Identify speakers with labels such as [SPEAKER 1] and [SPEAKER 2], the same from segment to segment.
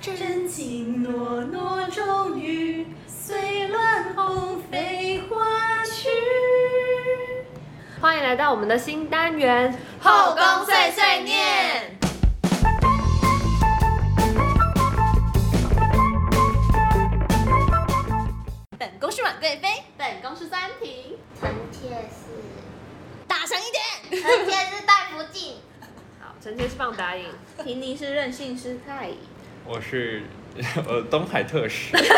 [SPEAKER 1] 真情诺诺终于随乱红飞花去。
[SPEAKER 2] 欢迎来到我们的新单元《
[SPEAKER 3] 后宫碎碎念》。本宫是婉贵妃，
[SPEAKER 1] 本宫是三婷，
[SPEAKER 4] 臣妾是，
[SPEAKER 3] 大声一点。
[SPEAKER 4] 臣妾是戴福晋，
[SPEAKER 2] 好，臣妾是放答应。
[SPEAKER 3] 婷婷是任性失态，
[SPEAKER 5] 我是 呃东海 特使，
[SPEAKER 2] 东海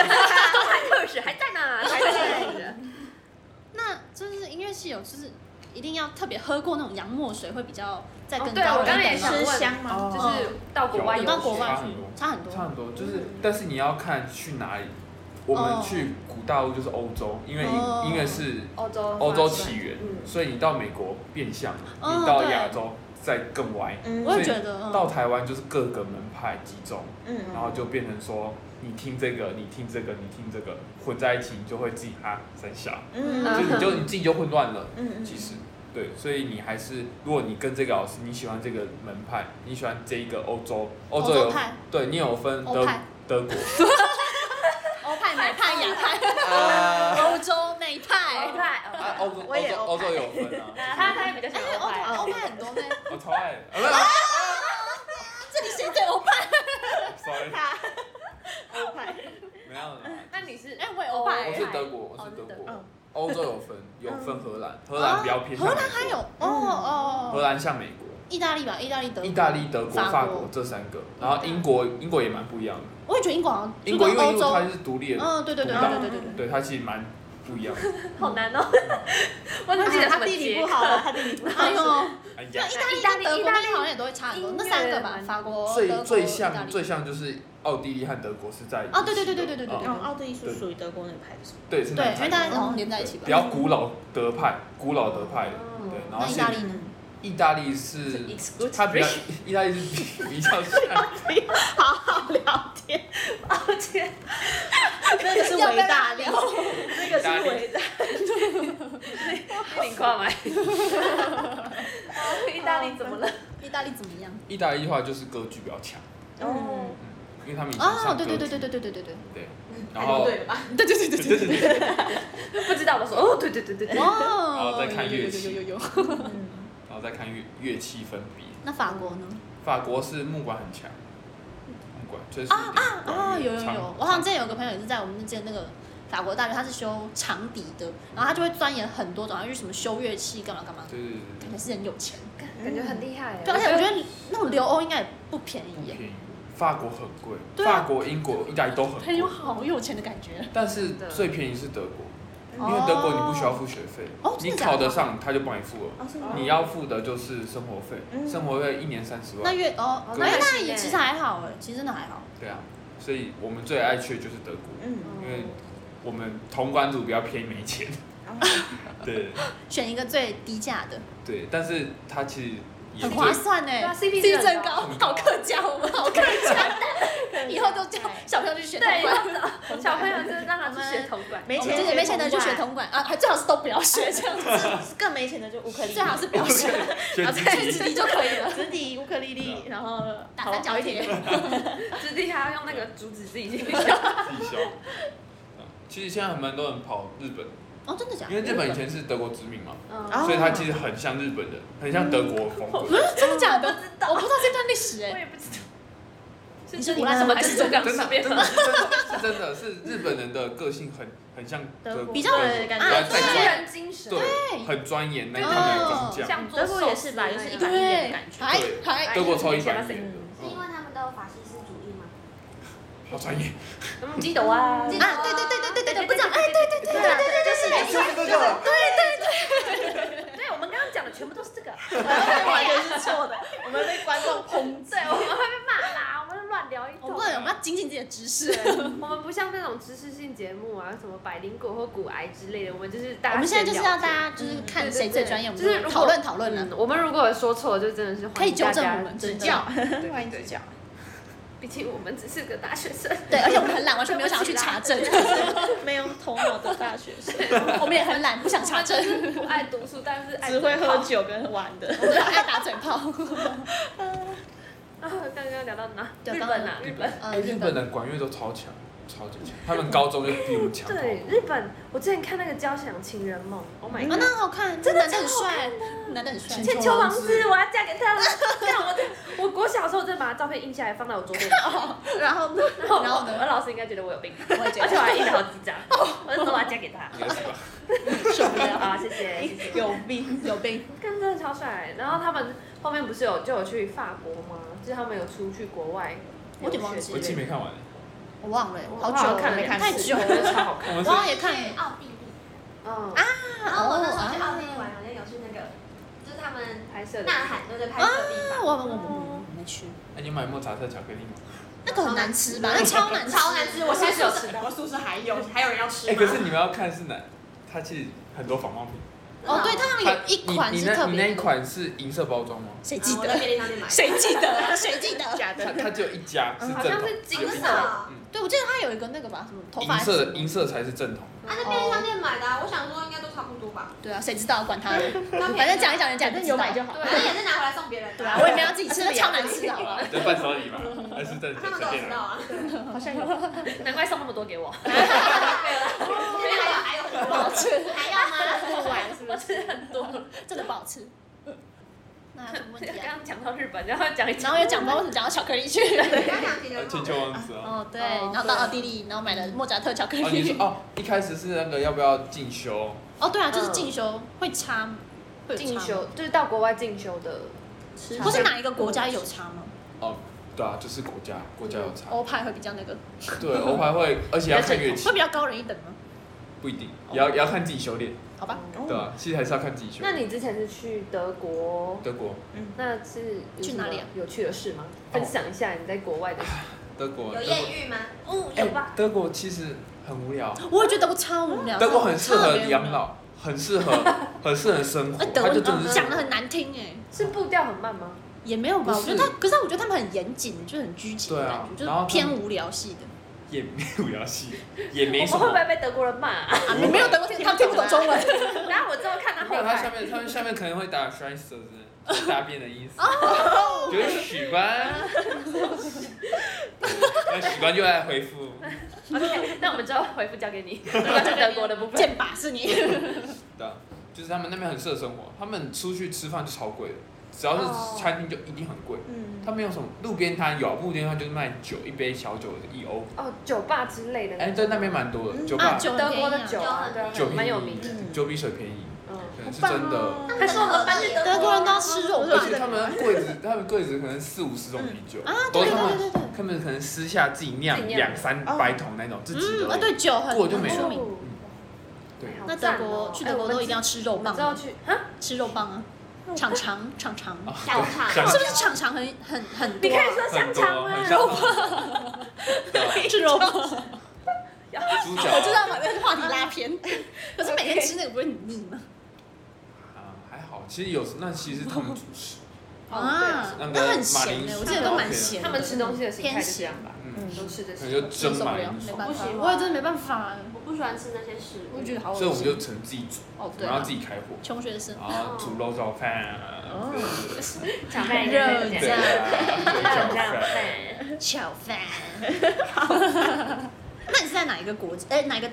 [SPEAKER 2] 特使还在呢，还在。
[SPEAKER 3] 那就是音乐系有就是一定要特别喝过那种洋墨水会比较再
[SPEAKER 2] 哦
[SPEAKER 3] 更，
[SPEAKER 2] 对，
[SPEAKER 3] 高
[SPEAKER 2] 我
[SPEAKER 3] 一
[SPEAKER 2] 刚刚也
[SPEAKER 3] 点
[SPEAKER 2] 想
[SPEAKER 3] 吧。
[SPEAKER 2] 问，
[SPEAKER 6] 吃香吗
[SPEAKER 2] 哦就是到国外
[SPEAKER 3] 有
[SPEAKER 2] 游
[SPEAKER 3] 到国
[SPEAKER 2] 学
[SPEAKER 3] 外
[SPEAKER 5] 差很多
[SPEAKER 3] 差很多
[SPEAKER 7] 差很多，就是，但是你要看去哪里。我
[SPEAKER 3] 哦
[SPEAKER 7] 们去古大陆就是欧洲，因为
[SPEAKER 3] 哦
[SPEAKER 7] 音乐是
[SPEAKER 2] 欧洲
[SPEAKER 7] 欧洲起源
[SPEAKER 2] 嗯，
[SPEAKER 7] 所以你到美国变相，
[SPEAKER 3] 哦
[SPEAKER 7] 你到亚洲再更歪。
[SPEAKER 6] 嗯
[SPEAKER 3] 我也
[SPEAKER 7] 所以
[SPEAKER 3] 觉得嗯
[SPEAKER 7] 到台湾就是各个门派集中，
[SPEAKER 6] 嗯
[SPEAKER 7] 然后就变成说你听这个，你听这个，你听这个混在一起，你就会自己啊三小，
[SPEAKER 6] 嗯
[SPEAKER 7] 就你就你自己就混乱了。
[SPEAKER 6] 嗯
[SPEAKER 7] 其实，对，所以你还是，如果你跟这个老师，你喜欢这个门派，你喜欢这一个欧洲，欧洲
[SPEAKER 3] 欧洲
[SPEAKER 7] 有
[SPEAKER 3] 派，
[SPEAKER 7] 对你有分
[SPEAKER 3] 欧
[SPEAKER 7] 德
[SPEAKER 3] 派
[SPEAKER 7] 德国，
[SPEAKER 3] 欧派、美派、洋派、
[SPEAKER 7] 啊，
[SPEAKER 3] 欧洲那一派。
[SPEAKER 2] 派，
[SPEAKER 7] 啊 欧洲
[SPEAKER 6] 我
[SPEAKER 7] 欧
[SPEAKER 6] 也
[SPEAKER 7] 洲
[SPEAKER 6] 欧
[SPEAKER 7] 欧
[SPEAKER 6] 派
[SPEAKER 7] 洲有分啊，
[SPEAKER 2] 他他比较喜
[SPEAKER 3] 哎，
[SPEAKER 2] 欢
[SPEAKER 3] 欧
[SPEAKER 2] 欧派。
[SPEAKER 3] 派欧派很多呢。
[SPEAKER 7] 我超爱，啊 不是
[SPEAKER 3] 这里写对欧派，
[SPEAKER 7] ，sorry，
[SPEAKER 6] 欧派，
[SPEAKER 7] 没有啦，
[SPEAKER 2] 那你是
[SPEAKER 3] 哎，我也欧派。
[SPEAKER 7] 我是德国，我
[SPEAKER 2] 哦
[SPEAKER 7] 是
[SPEAKER 2] 你是
[SPEAKER 7] 德
[SPEAKER 2] 德
[SPEAKER 7] 国
[SPEAKER 6] 嗯，
[SPEAKER 7] 欧洲有分，有分荷兰，
[SPEAKER 2] 哦
[SPEAKER 7] 荷兰比较偏向
[SPEAKER 3] 哦荷
[SPEAKER 7] 美国，
[SPEAKER 3] 兰还有
[SPEAKER 2] 嗯
[SPEAKER 3] 哦哦
[SPEAKER 7] 荷
[SPEAKER 3] 哦，
[SPEAKER 7] 兰像美国，
[SPEAKER 3] 意大利吧，意大利、德国、
[SPEAKER 7] 意大利、德国、
[SPEAKER 3] 法
[SPEAKER 7] 法
[SPEAKER 3] 国
[SPEAKER 7] 国这三个，然后英国英国也蛮不一样的，
[SPEAKER 3] 我也觉得英国好像
[SPEAKER 7] 英国因为
[SPEAKER 3] 欧
[SPEAKER 7] 英国它
[SPEAKER 3] 洲，
[SPEAKER 7] 是独立的，
[SPEAKER 3] 嗯，对对对
[SPEAKER 7] 独
[SPEAKER 3] 对
[SPEAKER 7] 大
[SPEAKER 3] 对对对对。
[SPEAKER 7] 对它其实蛮不一 样的，
[SPEAKER 2] 好难哦，我只记得什
[SPEAKER 6] 他
[SPEAKER 2] 么
[SPEAKER 6] 地理
[SPEAKER 2] 捷
[SPEAKER 6] 不
[SPEAKER 2] 克
[SPEAKER 6] 好，他地理不 好。
[SPEAKER 3] 哎呦，
[SPEAKER 7] 哎
[SPEAKER 3] 对，
[SPEAKER 7] 呀。
[SPEAKER 3] 意大利、跟德国那边好像也都会差很多，
[SPEAKER 2] 音乐
[SPEAKER 3] 那三个吧，法国、德
[SPEAKER 7] 最
[SPEAKER 3] 国、
[SPEAKER 7] 最
[SPEAKER 3] 意大
[SPEAKER 7] 像
[SPEAKER 3] 利
[SPEAKER 7] 最像就是奥地利和德国是在
[SPEAKER 3] 啊对对对对对对对
[SPEAKER 7] 对
[SPEAKER 6] 哦，奥地利是属于德国那个牌子，
[SPEAKER 7] 对是
[SPEAKER 3] 对，
[SPEAKER 7] 南
[SPEAKER 3] 因为
[SPEAKER 7] 派
[SPEAKER 3] 大家好像连在一起吧。
[SPEAKER 7] 比较古老德派古老德派的
[SPEAKER 2] 哦
[SPEAKER 7] 对，
[SPEAKER 3] 那
[SPEAKER 7] 然后
[SPEAKER 3] 意
[SPEAKER 7] 是
[SPEAKER 3] 大利呢？
[SPEAKER 7] 意大利是它比较意大利是比比较像
[SPEAKER 6] 好好聊天，
[SPEAKER 2] 抱歉，
[SPEAKER 6] 那个是
[SPEAKER 3] 要不
[SPEAKER 6] 维
[SPEAKER 3] 要
[SPEAKER 6] 大利，
[SPEAKER 3] 聊
[SPEAKER 6] 那个是维大利。
[SPEAKER 2] 你挂麦。意大利怎么了？
[SPEAKER 3] 意大利怎么样？
[SPEAKER 7] 意大利的话就是歌剧比较强，
[SPEAKER 6] 嗯，
[SPEAKER 7] 因为他们以前
[SPEAKER 3] 哦，
[SPEAKER 7] 唱歌
[SPEAKER 3] 对
[SPEAKER 7] 剧
[SPEAKER 3] 对对对对对对对对。
[SPEAKER 7] 对，然后
[SPEAKER 6] 对吧？
[SPEAKER 3] 对嗯哎对对对对对对。
[SPEAKER 2] 不知道，我说哦，对对对对对。
[SPEAKER 3] 哦
[SPEAKER 7] 然后再看乐器
[SPEAKER 3] 有有有有有。
[SPEAKER 7] 然后再看乐乐器分别，
[SPEAKER 3] 那法国呢？
[SPEAKER 7] 法国是木管很强，木管就是
[SPEAKER 3] 哦，有有
[SPEAKER 7] 长
[SPEAKER 3] 有，我好像之前有个朋友也是在我们那间那个法国大学，他是修长笛的，然后他就会钻研很多种，然后就什么修乐器干嘛干嘛，
[SPEAKER 7] 对对对对
[SPEAKER 3] 感觉是很有钱。
[SPEAKER 2] 感觉很厉害耶。
[SPEAKER 3] 对，而且我觉得那种留欧应该也不便
[SPEAKER 7] 不
[SPEAKER 3] 宜耶，
[SPEAKER 7] 便宜，法国很贵，
[SPEAKER 3] 对啊
[SPEAKER 7] 法国、英国、意大利都很
[SPEAKER 3] 朋
[SPEAKER 7] 贵
[SPEAKER 3] 友，好有钱的感觉。
[SPEAKER 7] 但是
[SPEAKER 2] 的
[SPEAKER 7] 最便宜是德国，
[SPEAKER 3] 哦
[SPEAKER 7] 因为德国你不需要付学费
[SPEAKER 3] 哦，真
[SPEAKER 7] 你
[SPEAKER 3] 的假的
[SPEAKER 7] 考得上他就帮你付了。
[SPEAKER 6] 哦，是
[SPEAKER 2] 吗
[SPEAKER 7] 你要付的就是生活费，
[SPEAKER 6] 嗯
[SPEAKER 7] 生活费一年三十
[SPEAKER 3] 那
[SPEAKER 7] 万，
[SPEAKER 3] 越哦，
[SPEAKER 2] 哦那
[SPEAKER 3] 那那
[SPEAKER 2] 还行
[SPEAKER 3] 也
[SPEAKER 2] 耶
[SPEAKER 3] 其实还好哎，其实真的还好。
[SPEAKER 7] 对啊，所以我们最爱去的就是德国，
[SPEAKER 6] 嗯，
[SPEAKER 7] 因为我们同管组比较便宜没钱， 对
[SPEAKER 3] 选一个最低价的，
[SPEAKER 7] 对，但是它其实也
[SPEAKER 3] 很
[SPEAKER 7] 最
[SPEAKER 3] 划算
[SPEAKER 2] 对啊
[SPEAKER 3] 哎。
[SPEAKER 2] ，CP
[SPEAKER 3] 地
[SPEAKER 2] 值
[SPEAKER 3] 震
[SPEAKER 2] 很
[SPEAKER 3] 高，
[SPEAKER 7] 很高
[SPEAKER 3] 好客家，我们好客家，以后都叫小朋友去学
[SPEAKER 2] 对，
[SPEAKER 3] 铜
[SPEAKER 2] 然
[SPEAKER 3] 管，
[SPEAKER 2] 后小朋友就是让他去学铜管，
[SPEAKER 6] 没
[SPEAKER 3] 我
[SPEAKER 6] 钱
[SPEAKER 3] 们
[SPEAKER 6] 的
[SPEAKER 3] 就是没钱的去学
[SPEAKER 6] 铜
[SPEAKER 3] 铜管啊，还最好是都不要学这样子，
[SPEAKER 6] 管，更没钱的就乌克丽丽，
[SPEAKER 3] 最好是不要学，
[SPEAKER 7] 学自
[SPEAKER 3] 去直
[SPEAKER 7] 己
[SPEAKER 3] 笛就可以了。
[SPEAKER 6] 直笛、乌克丽丽，然后
[SPEAKER 3] 打三角铁，
[SPEAKER 2] 指定他用那个竹子自己 去
[SPEAKER 7] 自己消。嗯其实现在还蛮多人跑日本，
[SPEAKER 3] 哦，真的假的？
[SPEAKER 7] 因为日本以前是德国殖民嘛，
[SPEAKER 3] 嗯
[SPEAKER 6] 哦
[SPEAKER 7] 所以它其实很像日本人，很像德国风格。
[SPEAKER 3] 真的假的？我不知道这段历史
[SPEAKER 2] 我
[SPEAKER 3] 哎。
[SPEAKER 2] 也不知道。
[SPEAKER 3] 你说你们什么珍珠
[SPEAKER 2] 港
[SPEAKER 7] 真的真
[SPEAKER 2] 啊
[SPEAKER 7] 的是真的是日本人的个性很很像
[SPEAKER 6] 德国
[SPEAKER 3] 比较
[SPEAKER 6] 对感
[SPEAKER 3] 啊
[SPEAKER 6] 觉
[SPEAKER 7] 在
[SPEAKER 2] 这些
[SPEAKER 7] 在
[SPEAKER 2] 人精神，
[SPEAKER 7] 对很钻研那他们的工匠，
[SPEAKER 2] 像
[SPEAKER 6] 德国也是吧，就是一
[SPEAKER 2] 百
[SPEAKER 6] 板一眼的感觉。
[SPEAKER 3] 还
[SPEAKER 7] 对
[SPEAKER 3] 还
[SPEAKER 7] 德国超一百
[SPEAKER 2] 嗯
[SPEAKER 7] 年的，
[SPEAKER 4] 是因为他们都有法西斯主义吗？
[SPEAKER 7] 好专业。
[SPEAKER 2] 嗯，记得啊，
[SPEAKER 4] 记得
[SPEAKER 3] 啊，对对对对对对对，不知道哎，对对对对对对
[SPEAKER 6] 就是没错，
[SPEAKER 2] 对，我们刚刚讲的全部都是 这个，
[SPEAKER 6] 完全是错的，我们被观众抨击
[SPEAKER 2] 对，。我们会被骂啦，我们乱聊一
[SPEAKER 3] 我
[SPEAKER 2] 通
[SPEAKER 3] 们不。能，我们要精进自己的知识。
[SPEAKER 2] 对我们不像那种知识性节目啊，什么百灵果或骨癌之类的，我们就是大家
[SPEAKER 3] 我们现在就是要
[SPEAKER 2] 闲聊
[SPEAKER 3] 大家就是看谁最专业，我
[SPEAKER 2] 就是如
[SPEAKER 3] 们
[SPEAKER 2] 果
[SPEAKER 3] 讨论讨论了，
[SPEAKER 2] 嗯，我们如果有说错，就真的是
[SPEAKER 3] 可
[SPEAKER 2] 欢
[SPEAKER 3] 以
[SPEAKER 2] 迎
[SPEAKER 3] 纠
[SPEAKER 2] 大
[SPEAKER 3] 正
[SPEAKER 2] 家
[SPEAKER 3] 我们指
[SPEAKER 2] 教。
[SPEAKER 3] 教。
[SPEAKER 6] 欢迎指教，
[SPEAKER 2] 毕竟我们只是个大学生，
[SPEAKER 3] 对，而且我们很懒，完全没有想要去查证，
[SPEAKER 6] 没有头脑的大学生，
[SPEAKER 3] 我们也很懒，不想查证，
[SPEAKER 2] 不爱读书，但是 爱
[SPEAKER 6] 只会
[SPEAKER 2] 泡
[SPEAKER 6] 喝酒跟玩的。
[SPEAKER 3] 我们爱打嘴炮。
[SPEAKER 2] 啊，刚刚要聊到哪？
[SPEAKER 3] 对
[SPEAKER 2] 日
[SPEAKER 3] 刚刚
[SPEAKER 2] 本啊，日本。
[SPEAKER 3] 呃，
[SPEAKER 7] 哎日本的管乐都超强，超级强，他们高中就比我们强。
[SPEAKER 2] 对，日本，我之前看那个《交响情人梦》，Oh my
[SPEAKER 3] 啊，
[SPEAKER 2] god！
[SPEAKER 3] 那很好看，
[SPEAKER 2] 真的
[SPEAKER 3] 男的很
[SPEAKER 2] 超好
[SPEAKER 3] 帅，男的很帅。
[SPEAKER 2] 千秋王子，我要嫁给他了。 这样我就，我国小的时候就把照片印下来放到我桌 面，
[SPEAKER 3] 然后呢？
[SPEAKER 2] 然后我
[SPEAKER 3] 然后呢？
[SPEAKER 2] 我老师应该觉得我有病，
[SPEAKER 3] 我也觉
[SPEAKER 2] 而且我
[SPEAKER 3] 得
[SPEAKER 2] 还印了好几 张，我就说我要嫁给他。
[SPEAKER 7] 应该是吧？
[SPEAKER 3] 受不了，
[SPEAKER 2] 好，谢谢，谢谢。
[SPEAKER 6] 有病。
[SPEAKER 3] 有病。
[SPEAKER 2] 看真的超帅，然后他们后面不是有就有去法国吗？就是他们有出去国外
[SPEAKER 3] 我有
[SPEAKER 2] 留
[SPEAKER 3] 点忘
[SPEAKER 2] 学
[SPEAKER 3] 记
[SPEAKER 7] 我
[SPEAKER 2] 之
[SPEAKER 3] 了
[SPEAKER 2] 类的，
[SPEAKER 7] 记没看完，
[SPEAKER 3] 我忘了，
[SPEAKER 2] 我
[SPEAKER 3] 好
[SPEAKER 2] 好
[SPEAKER 3] 久
[SPEAKER 2] 像
[SPEAKER 3] 了
[SPEAKER 2] 看了
[SPEAKER 3] 没
[SPEAKER 2] 两次
[SPEAKER 3] 看，太久
[SPEAKER 2] 我觉得
[SPEAKER 3] 了。
[SPEAKER 2] 超好看。
[SPEAKER 7] 我们
[SPEAKER 3] 我
[SPEAKER 7] 是
[SPEAKER 3] 好像也看
[SPEAKER 4] 去奥地利，
[SPEAKER 2] 嗯，
[SPEAKER 4] 然后我那时候去
[SPEAKER 3] 哦
[SPEAKER 4] 奥地利玩，我就有去那个，就是他们
[SPEAKER 2] 拍摄的
[SPEAKER 4] 呐喊都在拍摄的地
[SPEAKER 3] 啊
[SPEAKER 4] 方，
[SPEAKER 3] 我我我我没去，
[SPEAKER 7] 哎，你买莫扎特巧克力吗？
[SPEAKER 3] 那个很难吃吧？那超难吃，
[SPEAKER 4] 超难吃，我现在
[SPEAKER 2] 是有
[SPEAKER 4] 宿
[SPEAKER 2] 吃
[SPEAKER 4] 舍
[SPEAKER 2] 到
[SPEAKER 6] 我宿舍还有还有人要吃
[SPEAKER 7] 哎，
[SPEAKER 6] 吗？
[SPEAKER 7] 可是你们要看是哪？它其实很多仿冒品。
[SPEAKER 3] 哦，对，它好像有一
[SPEAKER 7] 你
[SPEAKER 3] 款
[SPEAKER 7] 你
[SPEAKER 3] 是
[SPEAKER 7] 那
[SPEAKER 3] 特
[SPEAKER 7] 你那一
[SPEAKER 3] 别的，哦
[SPEAKER 7] 款是银色包装吗？
[SPEAKER 3] 谁
[SPEAKER 4] 啊
[SPEAKER 3] 记
[SPEAKER 4] 我在
[SPEAKER 3] 得？
[SPEAKER 4] 便利商店买的。
[SPEAKER 3] 谁记 得？谁记得？
[SPEAKER 2] 假
[SPEAKER 7] 它
[SPEAKER 2] 的，
[SPEAKER 7] 它只有一家是
[SPEAKER 3] 嗯
[SPEAKER 2] 好
[SPEAKER 7] 正
[SPEAKER 2] 像
[SPEAKER 7] 统，
[SPEAKER 2] 是
[SPEAKER 4] 很
[SPEAKER 2] 金色
[SPEAKER 4] 少，
[SPEAKER 2] 的，
[SPEAKER 4] 啊，
[SPEAKER 3] 对，我记得它有一个那个吧，什么头发
[SPEAKER 7] 银色的银色才是正统。
[SPEAKER 4] 在便利商店买的啊，我想说应该都差不多吧。
[SPEAKER 3] 对啊，谁知道？管他的， 反
[SPEAKER 4] 反
[SPEAKER 3] 正讲一讲，人家也不知道。
[SPEAKER 2] 好
[SPEAKER 4] 反正也是拿回来送别人的。
[SPEAKER 3] 对啊，我也没有自己吃，那超难吃的，好不好？
[SPEAKER 7] 这伴手礼嘛，还是正
[SPEAKER 4] 他们都知道 啊。
[SPEAKER 2] 好像有，难怪送那么多给我。
[SPEAKER 4] 这边还有还有很
[SPEAKER 3] 不
[SPEAKER 4] 多，
[SPEAKER 3] 好吃，
[SPEAKER 4] 还要吗？
[SPEAKER 3] 不玩是不是？很多，真的不好吃。那还有什么问
[SPEAKER 2] 刚
[SPEAKER 3] 题 啊？
[SPEAKER 2] 刚讲到日本，然后讲一
[SPEAKER 3] 然
[SPEAKER 2] 讲，
[SPEAKER 3] 后又讲到为什么讲到巧克力去？
[SPEAKER 4] 刚讲起
[SPEAKER 7] 呃
[SPEAKER 4] 的
[SPEAKER 7] 千秋王子啊。
[SPEAKER 3] 哦，对，然后到奥地利，然后买了莫扎特巧克
[SPEAKER 7] 哦，你
[SPEAKER 3] 力
[SPEAKER 7] 说。哦，一开始是那个要不要进修？
[SPEAKER 3] 哦，对啊，就是进修会差，会有差吗
[SPEAKER 2] 进，修就是到国外进修的，
[SPEAKER 3] 或是哪一个国家有差吗？
[SPEAKER 7] 对啊，就是国家国家有差。
[SPEAKER 3] 欧派会比较那个，
[SPEAKER 7] 对，欧排会，而且要看乐器
[SPEAKER 3] 会，比较高人一等吗？
[SPEAKER 7] 不一定，也 要也要看自己修炼。
[SPEAKER 3] 好吧，
[SPEAKER 7] 对啊，其实还是要看自己修
[SPEAKER 2] 那
[SPEAKER 7] 炼。
[SPEAKER 2] 你之前是去德国，
[SPEAKER 7] 德国，
[SPEAKER 2] 那是有
[SPEAKER 3] 去
[SPEAKER 2] 什么
[SPEAKER 3] 哪里啊
[SPEAKER 2] 有趣的事吗？
[SPEAKER 7] 哦
[SPEAKER 2] 分享一下你在国外的
[SPEAKER 7] 德国，
[SPEAKER 4] 有
[SPEAKER 7] 德
[SPEAKER 4] 艳
[SPEAKER 7] 国，
[SPEAKER 4] 遇吗？
[SPEAKER 7] 哎
[SPEAKER 3] 哦
[SPEAKER 4] 有吧？
[SPEAKER 7] 德国其实很无聊，
[SPEAKER 3] 我也觉得我超无聊。
[SPEAKER 7] 德国很适合
[SPEAKER 3] 超无聊
[SPEAKER 7] 养，老，很适合，很适合生活
[SPEAKER 3] 哎，， 德
[SPEAKER 7] 它就
[SPEAKER 3] 文
[SPEAKER 7] 真的是
[SPEAKER 3] 讲的很难听哎，
[SPEAKER 2] 是步调很慢吗？
[SPEAKER 3] 也没有吧？
[SPEAKER 7] 不
[SPEAKER 3] 我
[SPEAKER 7] 是
[SPEAKER 3] 觉得他，可是我觉得他们很严谨，就是很拘谨的
[SPEAKER 7] 对啊
[SPEAKER 3] 感觉，就
[SPEAKER 7] 然后
[SPEAKER 3] 是
[SPEAKER 7] 他
[SPEAKER 3] 偏
[SPEAKER 7] 们
[SPEAKER 3] 无聊系的。
[SPEAKER 7] 也没有聊戏，也没什
[SPEAKER 2] 我们会不
[SPEAKER 7] 么。
[SPEAKER 2] 会被德国人骂啊？
[SPEAKER 3] 啊，没有德国听，他听不懂中文。
[SPEAKER 2] 然后我之后看到
[SPEAKER 7] 你看
[SPEAKER 2] 后
[SPEAKER 7] 它下
[SPEAKER 2] 台，
[SPEAKER 7] 面，他们下面可能会打 s h i n s t e r 是大便的意思，
[SPEAKER 2] 哦
[SPEAKER 7] 就是许官， 那许官就来回复。
[SPEAKER 2] OK，那我们之后回复交给你，关注德国的部分。
[SPEAKER 3] 剑拔是你。
[SPEAKER 7] 对啊，就是他们那边很适合生活，他们出去吃饭就超贵的，只要
[SPEAKER 2] 哦
[SPEAKER 7] 是餐厅就一定很贵。
[SPEAKER 3] 嗯，
[SPEAKER 7] 他们有什么路边摊有，路边摊就是卖酒，一杯小酒一欧，
[SPEAKER 2] 哦，酒吧之类的那
[SPEAKER 7] 哎，
[SPEAKER 2] 种，
[SPEAKER 7] 在那边蛮多的，酒
[SPEAKER 3] 啊，
[SPEAKER 7] 吧
[SPEAKER 3] 酒
[SPEAKER 2] 德国的嗯酒
[SPEAKER 3] 酒，
[SPEAKER 2] 啊，对啊，
[SPEAKER 7] 酒
[SPEAKER 2] 蛮
[SPEAKER 7] 便
[SPEAKER 2] 有名的。
[SPEAKER 7] 宜，酒比水便宜，
[SPEAKER 2] 嗯，
[SPEAKER 7] 对，是真的。
[SPEAKER 4] 他
[SPEAKER 6] 啊
[SPEAKER 2] 还是我们搬去
[SPEAKER 4] 去
[SPEAKER 2] 德
[SPEAKER 3] 德国人都要吃肉
[SPEAKER 7] 而
[SPEAKER 3] 吧？
[SPEAKER 7] 且他们柜子，他们柜子可能四五十种
[SPEAKER 2] 嗯
[SPEAKER 7] 啤酒，
[SPEAKER 2] 啊
[SPEAKER 7] 都
[SPEAKER 3] 对
[SPEAKER 7] 是他
[SPEAKER 3] 对
[SPEAKER 7] 们
[SPEAKER 3] 对对。
[SPEAKER 7] 他们可能私下自己酿
[SPEAKER 2] 自己酿
[SPEAKER 7] 两三百桶那种，自己
[SPEAKER 3] 嗯，啊，
[SPEAKER 7] 的。
[SPEAKER 3] 对，酒很
[SPEAKER 7] 过就没
[SPEAKER 3] 很
[SPEAKER 7] 了
[SPEAKER 3] 出名。
[SPEAKER 2] 哦
[SPEAKER 7] 对
[SPEAKER 2] 哎好
[SPEAKER 3] 那
[SPEAKER 2] 赞
[SPEAKER 3] 德国
[SPEAKER 2] 哦
[SPEAKER 3] 去
[SPEAKER 2] 哎
[SPEAKER 3] 德国
[SPEAKER 2] 我们
[SPEAKER 3] 都一定要吃肉
[SPEAKER 2] 我们
[SPEAKER 3] 棒
[SPEAKER 2] 之后
[SPEAKER 3] 啊，
[SPEAKER 2] 去哈，
[SPEAKER 3] 吃肉棒啊，
[SPEAKER 2] 哦
[SPEAKER 3] 肠肠肠肠，
[SPEAKER 7] 啊
[SPEAKER 4] 小场，
[SPEAKER 7] 香
[SPEAKER 3] 是不是肠肠很很很
[SPEAKER 2] 你
[SPEAKER 3] 多
[SPEAKER 2] 可
[SPEAKER 3] 啊？
[SPEAKER 2] 以说香
[SPEAKER 7] 很多
[SPEAKER 2] 肠
[SPEAKER 7] 很
[SPEAKER 2] 啊，
[SPEAKER 7] 多，
[SPEAKER 3] 吃肉 棒，
[SPEAKER 7] 猪脚，
[SPEAKER 3] 我知道把那个话题拉 偏。可是每天吃那个不会很腻吗？
[SPEAKER 7] 啊，还好，其实有时那其实是他们主食，
[SPEAKER 2] 哦
[SPEAKER 3] 啊，
[SPEAKER 7] 那个
[SPEAKER 3] 那很
[SPEAKER 7] 马
[SPEAKER 3] 咸
[SPEAKER 7] 铃
[SPEAKER 3] 的，
[SPEAKER 7] 薯
[SPEAKER 3] 我记得都蛮咸的。
[SPEAKER 2] 他们吃东西的心态
[SPEAKER 3] 偏
[SPEAKER 2] 就这
[SPEAKER 3] 咸
[SPEAKER 2] 样，吧，
[SPEAKER 7] 嗯，
[SPEAKER 2] 都吃这
[SPEAKER 7] 可能
[SPEAKER 2] 些
[SPEAKER 7] 就。蒸
[SPEAKER 3] 受不
[SPEAKER 7] 马
[SPEAKER 3] 了，
[SPEAKER 7] 铃
[SPEAKER 3] 没
[SPEAKER 7] 薯，
[SPEAKER 3] 办法
[SPEAKER 4] 不，喜欢
[SPEAKER 3] 我也真的没办法，
[SPEAKER 4] 我不喜欢吃那些食
[SPEAKER 3] 我
[SPEAKER 4] 物，
[SPEAKER 3] 觉得好恶
[SPEAKER 7] 所以我们
[SPEAKER 3] 心。
[SPEAKER 7] 就只能自己煮，
[SPEAKER 3] 哦，
[SPEAKER 7] 我
[SPEAKER 3] 对
[SPEAKER 7] 们要
[SPEAKER 3] 啊
[SPEAKER 7] 自，己开火，
[SPEAKER 3] 穷学生，
[SPEAKER 7] 然后煮肉燥饭啊，
[SPEAKER 2] 炒饭也
[SPEAKER 3] 热
[SPEAKER 2] 是这
[SPEAKER 7] 对
[SPEAKER 2] 样，
[SPEAKER 7] 啊，对
[SPEAKER 2] 还有
[SPEAKER 7] 炒
[SPEAKER 2] 这样
[SPEAKER 7] 饭，
[SPEAKER 2] 饭，
[SPEAKER 3] 炒 饭。那你是在哪一个国家？哎，哪一个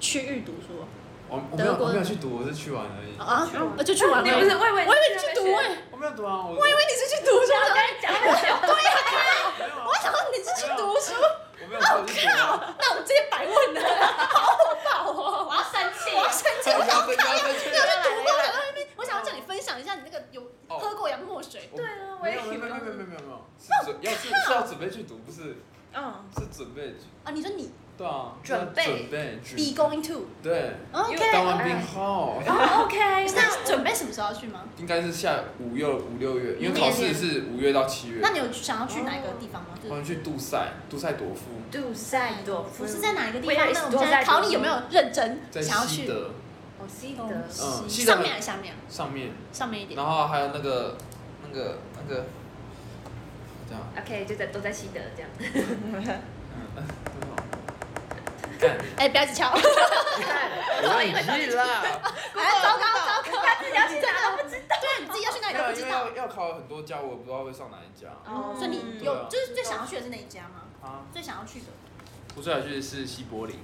[SPEAKER 3] 区域读书？啊
[SPEAKER 7] 我我没有
[SPEAKER 3] 德国
[SPEAKER 7] 我没有去读，我是去玩而已，
[SPEAKER 3] 啊，我就去玩
[SPEAKER 2] 你
[SPEAKER 3] 了。
[SPEAKER 2] 不是我以为
[SPEAKER 3] 我以为你去读哎、
[SPEAKER 7] 我没有读啊，我
[SPEAKER 3] 我以为你是去读书
[SPEAKER 2] 我
[SPEAKER 3] 的。
[SPEAKER 2] 跟你讲很久，
[SPEAKER 7] 没有啊
[SPEAKER 3] 我想说你是去读书，
[SPEAKER 7] 我没有我去读啊，
[SPEAKER 3] 那我们这些白问的， 好火爆哦！
[SPEAKER 4] 我要生气
[SPEAKER 3] 我。要生气，哦我想
[SPEAKER 7] 要要
[SPEAKER 3] 你有去读书，我想到那边，我想要叫你分享一下你那个有
[SPEAKER 7] 哦
[SPEAKER 3] 喝过洋墨水。
[SPEAKER 7] 对
[SPEAKER 2] 啊我
[SPEAKER 7] 没
[SPEAKER 2] 也
[SPEAKER 7] 有没
[SPEAKER 2] 以
[SPEAKER 7] 有没
[SPEAKER 2] 为
[SPEAKER 7] 有没有没有没有没有，是准要是是要准备去读，不是
[SPEAKER 6] 嗯，
[SPEAKER 7] 是准备去，
[SPEAKER 3] 啊，你说你
[SPEAKER 7] 对啊，
[SPEAKER 2] 准备
[SPEAKER 7] 准备去
[SPEAKER 3] be going to
[SPEAKER 7] 对，
[SPEAKER 3] 嗯
[SPEAKER 7] 当
[SPEAKER 3] 哦 OK，
[SPEAKER 7] 完兵后
[SPEAKER 2] 哦 OK，
[SPEAKER 3] 那准备什么时候要去吗？
[SPEAKER 7] 应该是下五六五六月，因为
[SPEAKER 3] 明
[SPEAKER 7] 考
[SPEAKER 3] 年
[SPEAKER 7] 试是五月到七月
[SPEAKER 3] 那，你有想要去哪个地方吗？
[SPEAKER 7] 我们去杜塞，杜塞多夫，
[SPEAKER 2] 杜塞多夫
[SPEAKER 3] 不是在哪一个地方？
[SPEAKER 2] Where
[SPEAKER 3] 那
[SPEAKER 2] is
[SPEAKER 3] 我们现在考你有没有认真
[SPEAKER 7] 在
[SPEAKER 3] 想要
[SPEAKER 7] 西
[SPEAKER 3] 去？
[SPEAKER 7] 德
[SPEAKER 2] 我西德，
[SPEAKER 7] 嗯西德
[SPEAKER 3] 上面还是下面啊？
[SPEAKER 7] 上面，
[SPEAKER 3] 上面一点。
[SPEAKER 7] 然后还有那个那个那个，这样，
[SPEAKER 6] 嗯
[SPEAKER 2] OK，就在都在西德这样。
[SPEAKER 7] 嗯，干，
[SPEAKER 3] 哎，不要一直敲，
[SPEAKER 7] 我你啦！
[SPEAKER 3] 哎，糟糕糟糕，
[SPEAKER 4] 了解他都不知道。
[SPEAKER 3] 对，你自己要去哪里都不
[SPEAKER 7] 因
[SPEAKER 3] 知
[SPEAKER 7] 为
[SPEAKER 3] 道。
[SPEAKER 7] 要要考很多家，我也不知道会上哪一家
[SPEAKER 3] 哦，所以你
[SPEAKER 7] 对
[SPEAKER 3] 有
[SPEAKER 7] 啊
[SPEAKER 3] 就是最想要去的是哪一家吗？
[SPEAKER 7] 啊。
[SPEAKER 3] 最想要去的
[SPEAKER 7] 我最想去的是西柏林，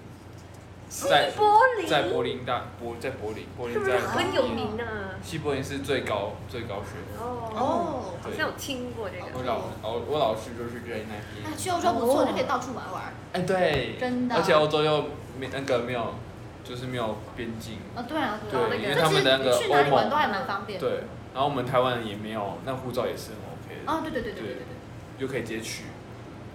[SPEAKER 7] 在
[SPEAKER 1] 柏林
[SPEAKER 7] 在柏林大柏在柏林，柏
[SPEAKER 2] 是
[SPEAKER 7] 林
[SPEAKER 2] 不是
[SPEAKER 7] 在
[SPEAKER 2] 很有名啊？
[SPEAKER 7] 西柏林是最高最高学府。
[SPEAKER 2] 哦，
[SPEAKER 3] 哦。
[SPEAKER 2] 好像有听过这个。
[SPEAKER 7] 我老哦我我老师就是在那
[SPEAKER 3] 那
[SPEAKER 7] 边。
[SPEAKER 3] 哎去欧洲不错，就可以到处玩玩。
[SPEAKER 7] 哎，对，
[SPEAKER 3] 真的
[SPEAKER 7] 而且欧洲又没那个没有，就是没有边境，
[SPEAKER 3] 啊，对啊，
[SPEAKER 7] 对
[SPEAKER 3] 啊，
[SPEAKER 2] 哦那个
[SPEAKER 7] 因为他们的那
[SPEAKER 3] 就是
[SPEAKER 7] 个
[SPEAKER 3] 去哪
[SPEAKER 7] 欧
[SPEAKER 3] 里玩都
[SPEAKER 7] 盟，
[SPEAKER 3] 还蛮方便。。
[SPEAKER 7] 对，然后我们台湾人也没有，那护照也是很 OK 的，
[SPEAKER 3] 哦，对对对对对对
[SPEAKER 7] 就可以直接去，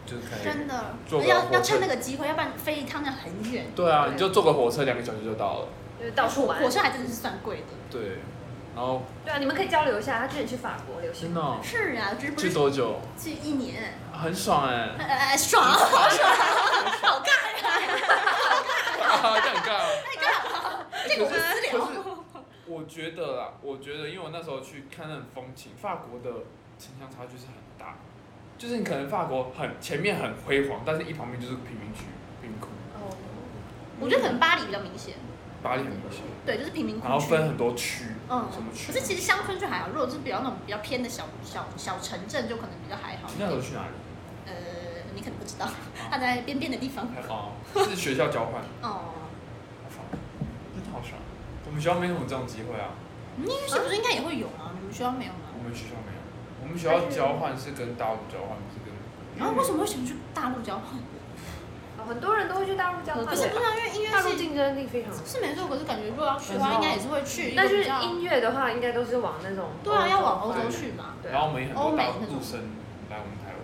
[SPEAKER 7] 就是可
[SPEAKER 3] 对，
[SPEAKER 7] 以。
[SPEAKER 3] 真的
[SPEAKER 7] 坐个火
[SPEAKER 3] 要
[SPEAKER 7] 车
[SPEAKER 3] 要趁那个机会，要不然飞一趟那很远。
[SPEAKER 7] 对啊，你就坐个火车两个小时就到了。
[SPEAKER 2] 就是到处玩
[SPEAKER 3] 火。车还真的是算贵的。
[SPEAKER 7] 对，然后
[SPEAKER 2] 对啊，你们可以交流一下。他之前去法国留学
[SPEAKER 7] 真，的哦
[SPEAKER 3] 是啊，这不
[SPEAKER 7] 去
[SPEAKER 3] 是
[SPEAKER 7] 多久？
[SPEAKER 3] 去一年，
[SPEAKER 7] 很爽哎，
[SPEAKER 3] 呃，爽，好爽， 好尬呀！
[SPEAKER 7] 这很尬哦。
[SPEAKER 3] 这个我不私
[SPEAKER 7] 可
[SPEAKER 3] 聊。嗯
[SPEAKER 7] 是我觉得啦，我觉得，因为我那时候去看那种风情，法国的城乡差距是很大，就是你可能法国很前面很辉煌，但是一旁边就是贫民区、贫民窟，
[SPEAKER 2] 哦，
[SPEAKER 3] 我觉得可能巴黎比较明显，
[SPEAKER 7] 巴黎很明显，
[SPEAKER 3] 对，就是贫民
[SPEAKER 7] 然后
[SPEAKER 3] 窟区。
[SPEAKER 7] 分很多区，
[SPEAKER 3] 嗯
[SPEAKER 7] 什么区
[SPEAKER 3] 可？是其实乡村就还好，如果是比较那种比较偏的小小小城镇，就可能比较还好
[SPEAKER 7] 你
[SPEAKER 3] 一
[SPEAKER 7] 那时候
[SPEAKER 3] 点。
[SPEAKER 7] 去哪里？
[SPEAKER 3] 呃，你可能不知道，他在边边的地方。
[SPEAKER 7] 哦，是学校交换，
[SPEAKER 3] 哦，
[SPEAKER 7] 好爽，真的好爽。我们学校没什么这种机会啊，
[SPEAKER 3] 你们是不是应该也会有啊？你们学校没有吗？
[SPEAKER 7] 我们学校没有，我们学校交换是跟大陆交换，不是跟
[SPEAKER 3] 然后啊为什么会想去大陆交换？
[SPEAKER 2] 哦很多人都会去大陆交换。
[SPEAKER 3] 不是不知道，因为音
[SPEAKER 2] 大
[SPEAKER 3] 乐
[SPEAKER 2] 陆
[SPEAKER 3] 系
[SPEAKER 2] 竞争力非常强。
[SPEAKER 3] 是没错，可是感觉如果要去的话，应该也是会去一个
[SPEAKER 2] 但是
[SPEAKER 3] 比较。
[SPEAKER 2] 音乐的话，应该都是往那种
[SPEAKER 3] 对啊，要往欧洲
[SPEAKER 7] 对
[SPEAKER 3] 去嘛。
[SPEAKER 2] 对
[SPEAKER 7] 然后我们也很多大
[SPEAKER 3] 欧美那种
[SPEAKER 7] 陆生来我们台湾，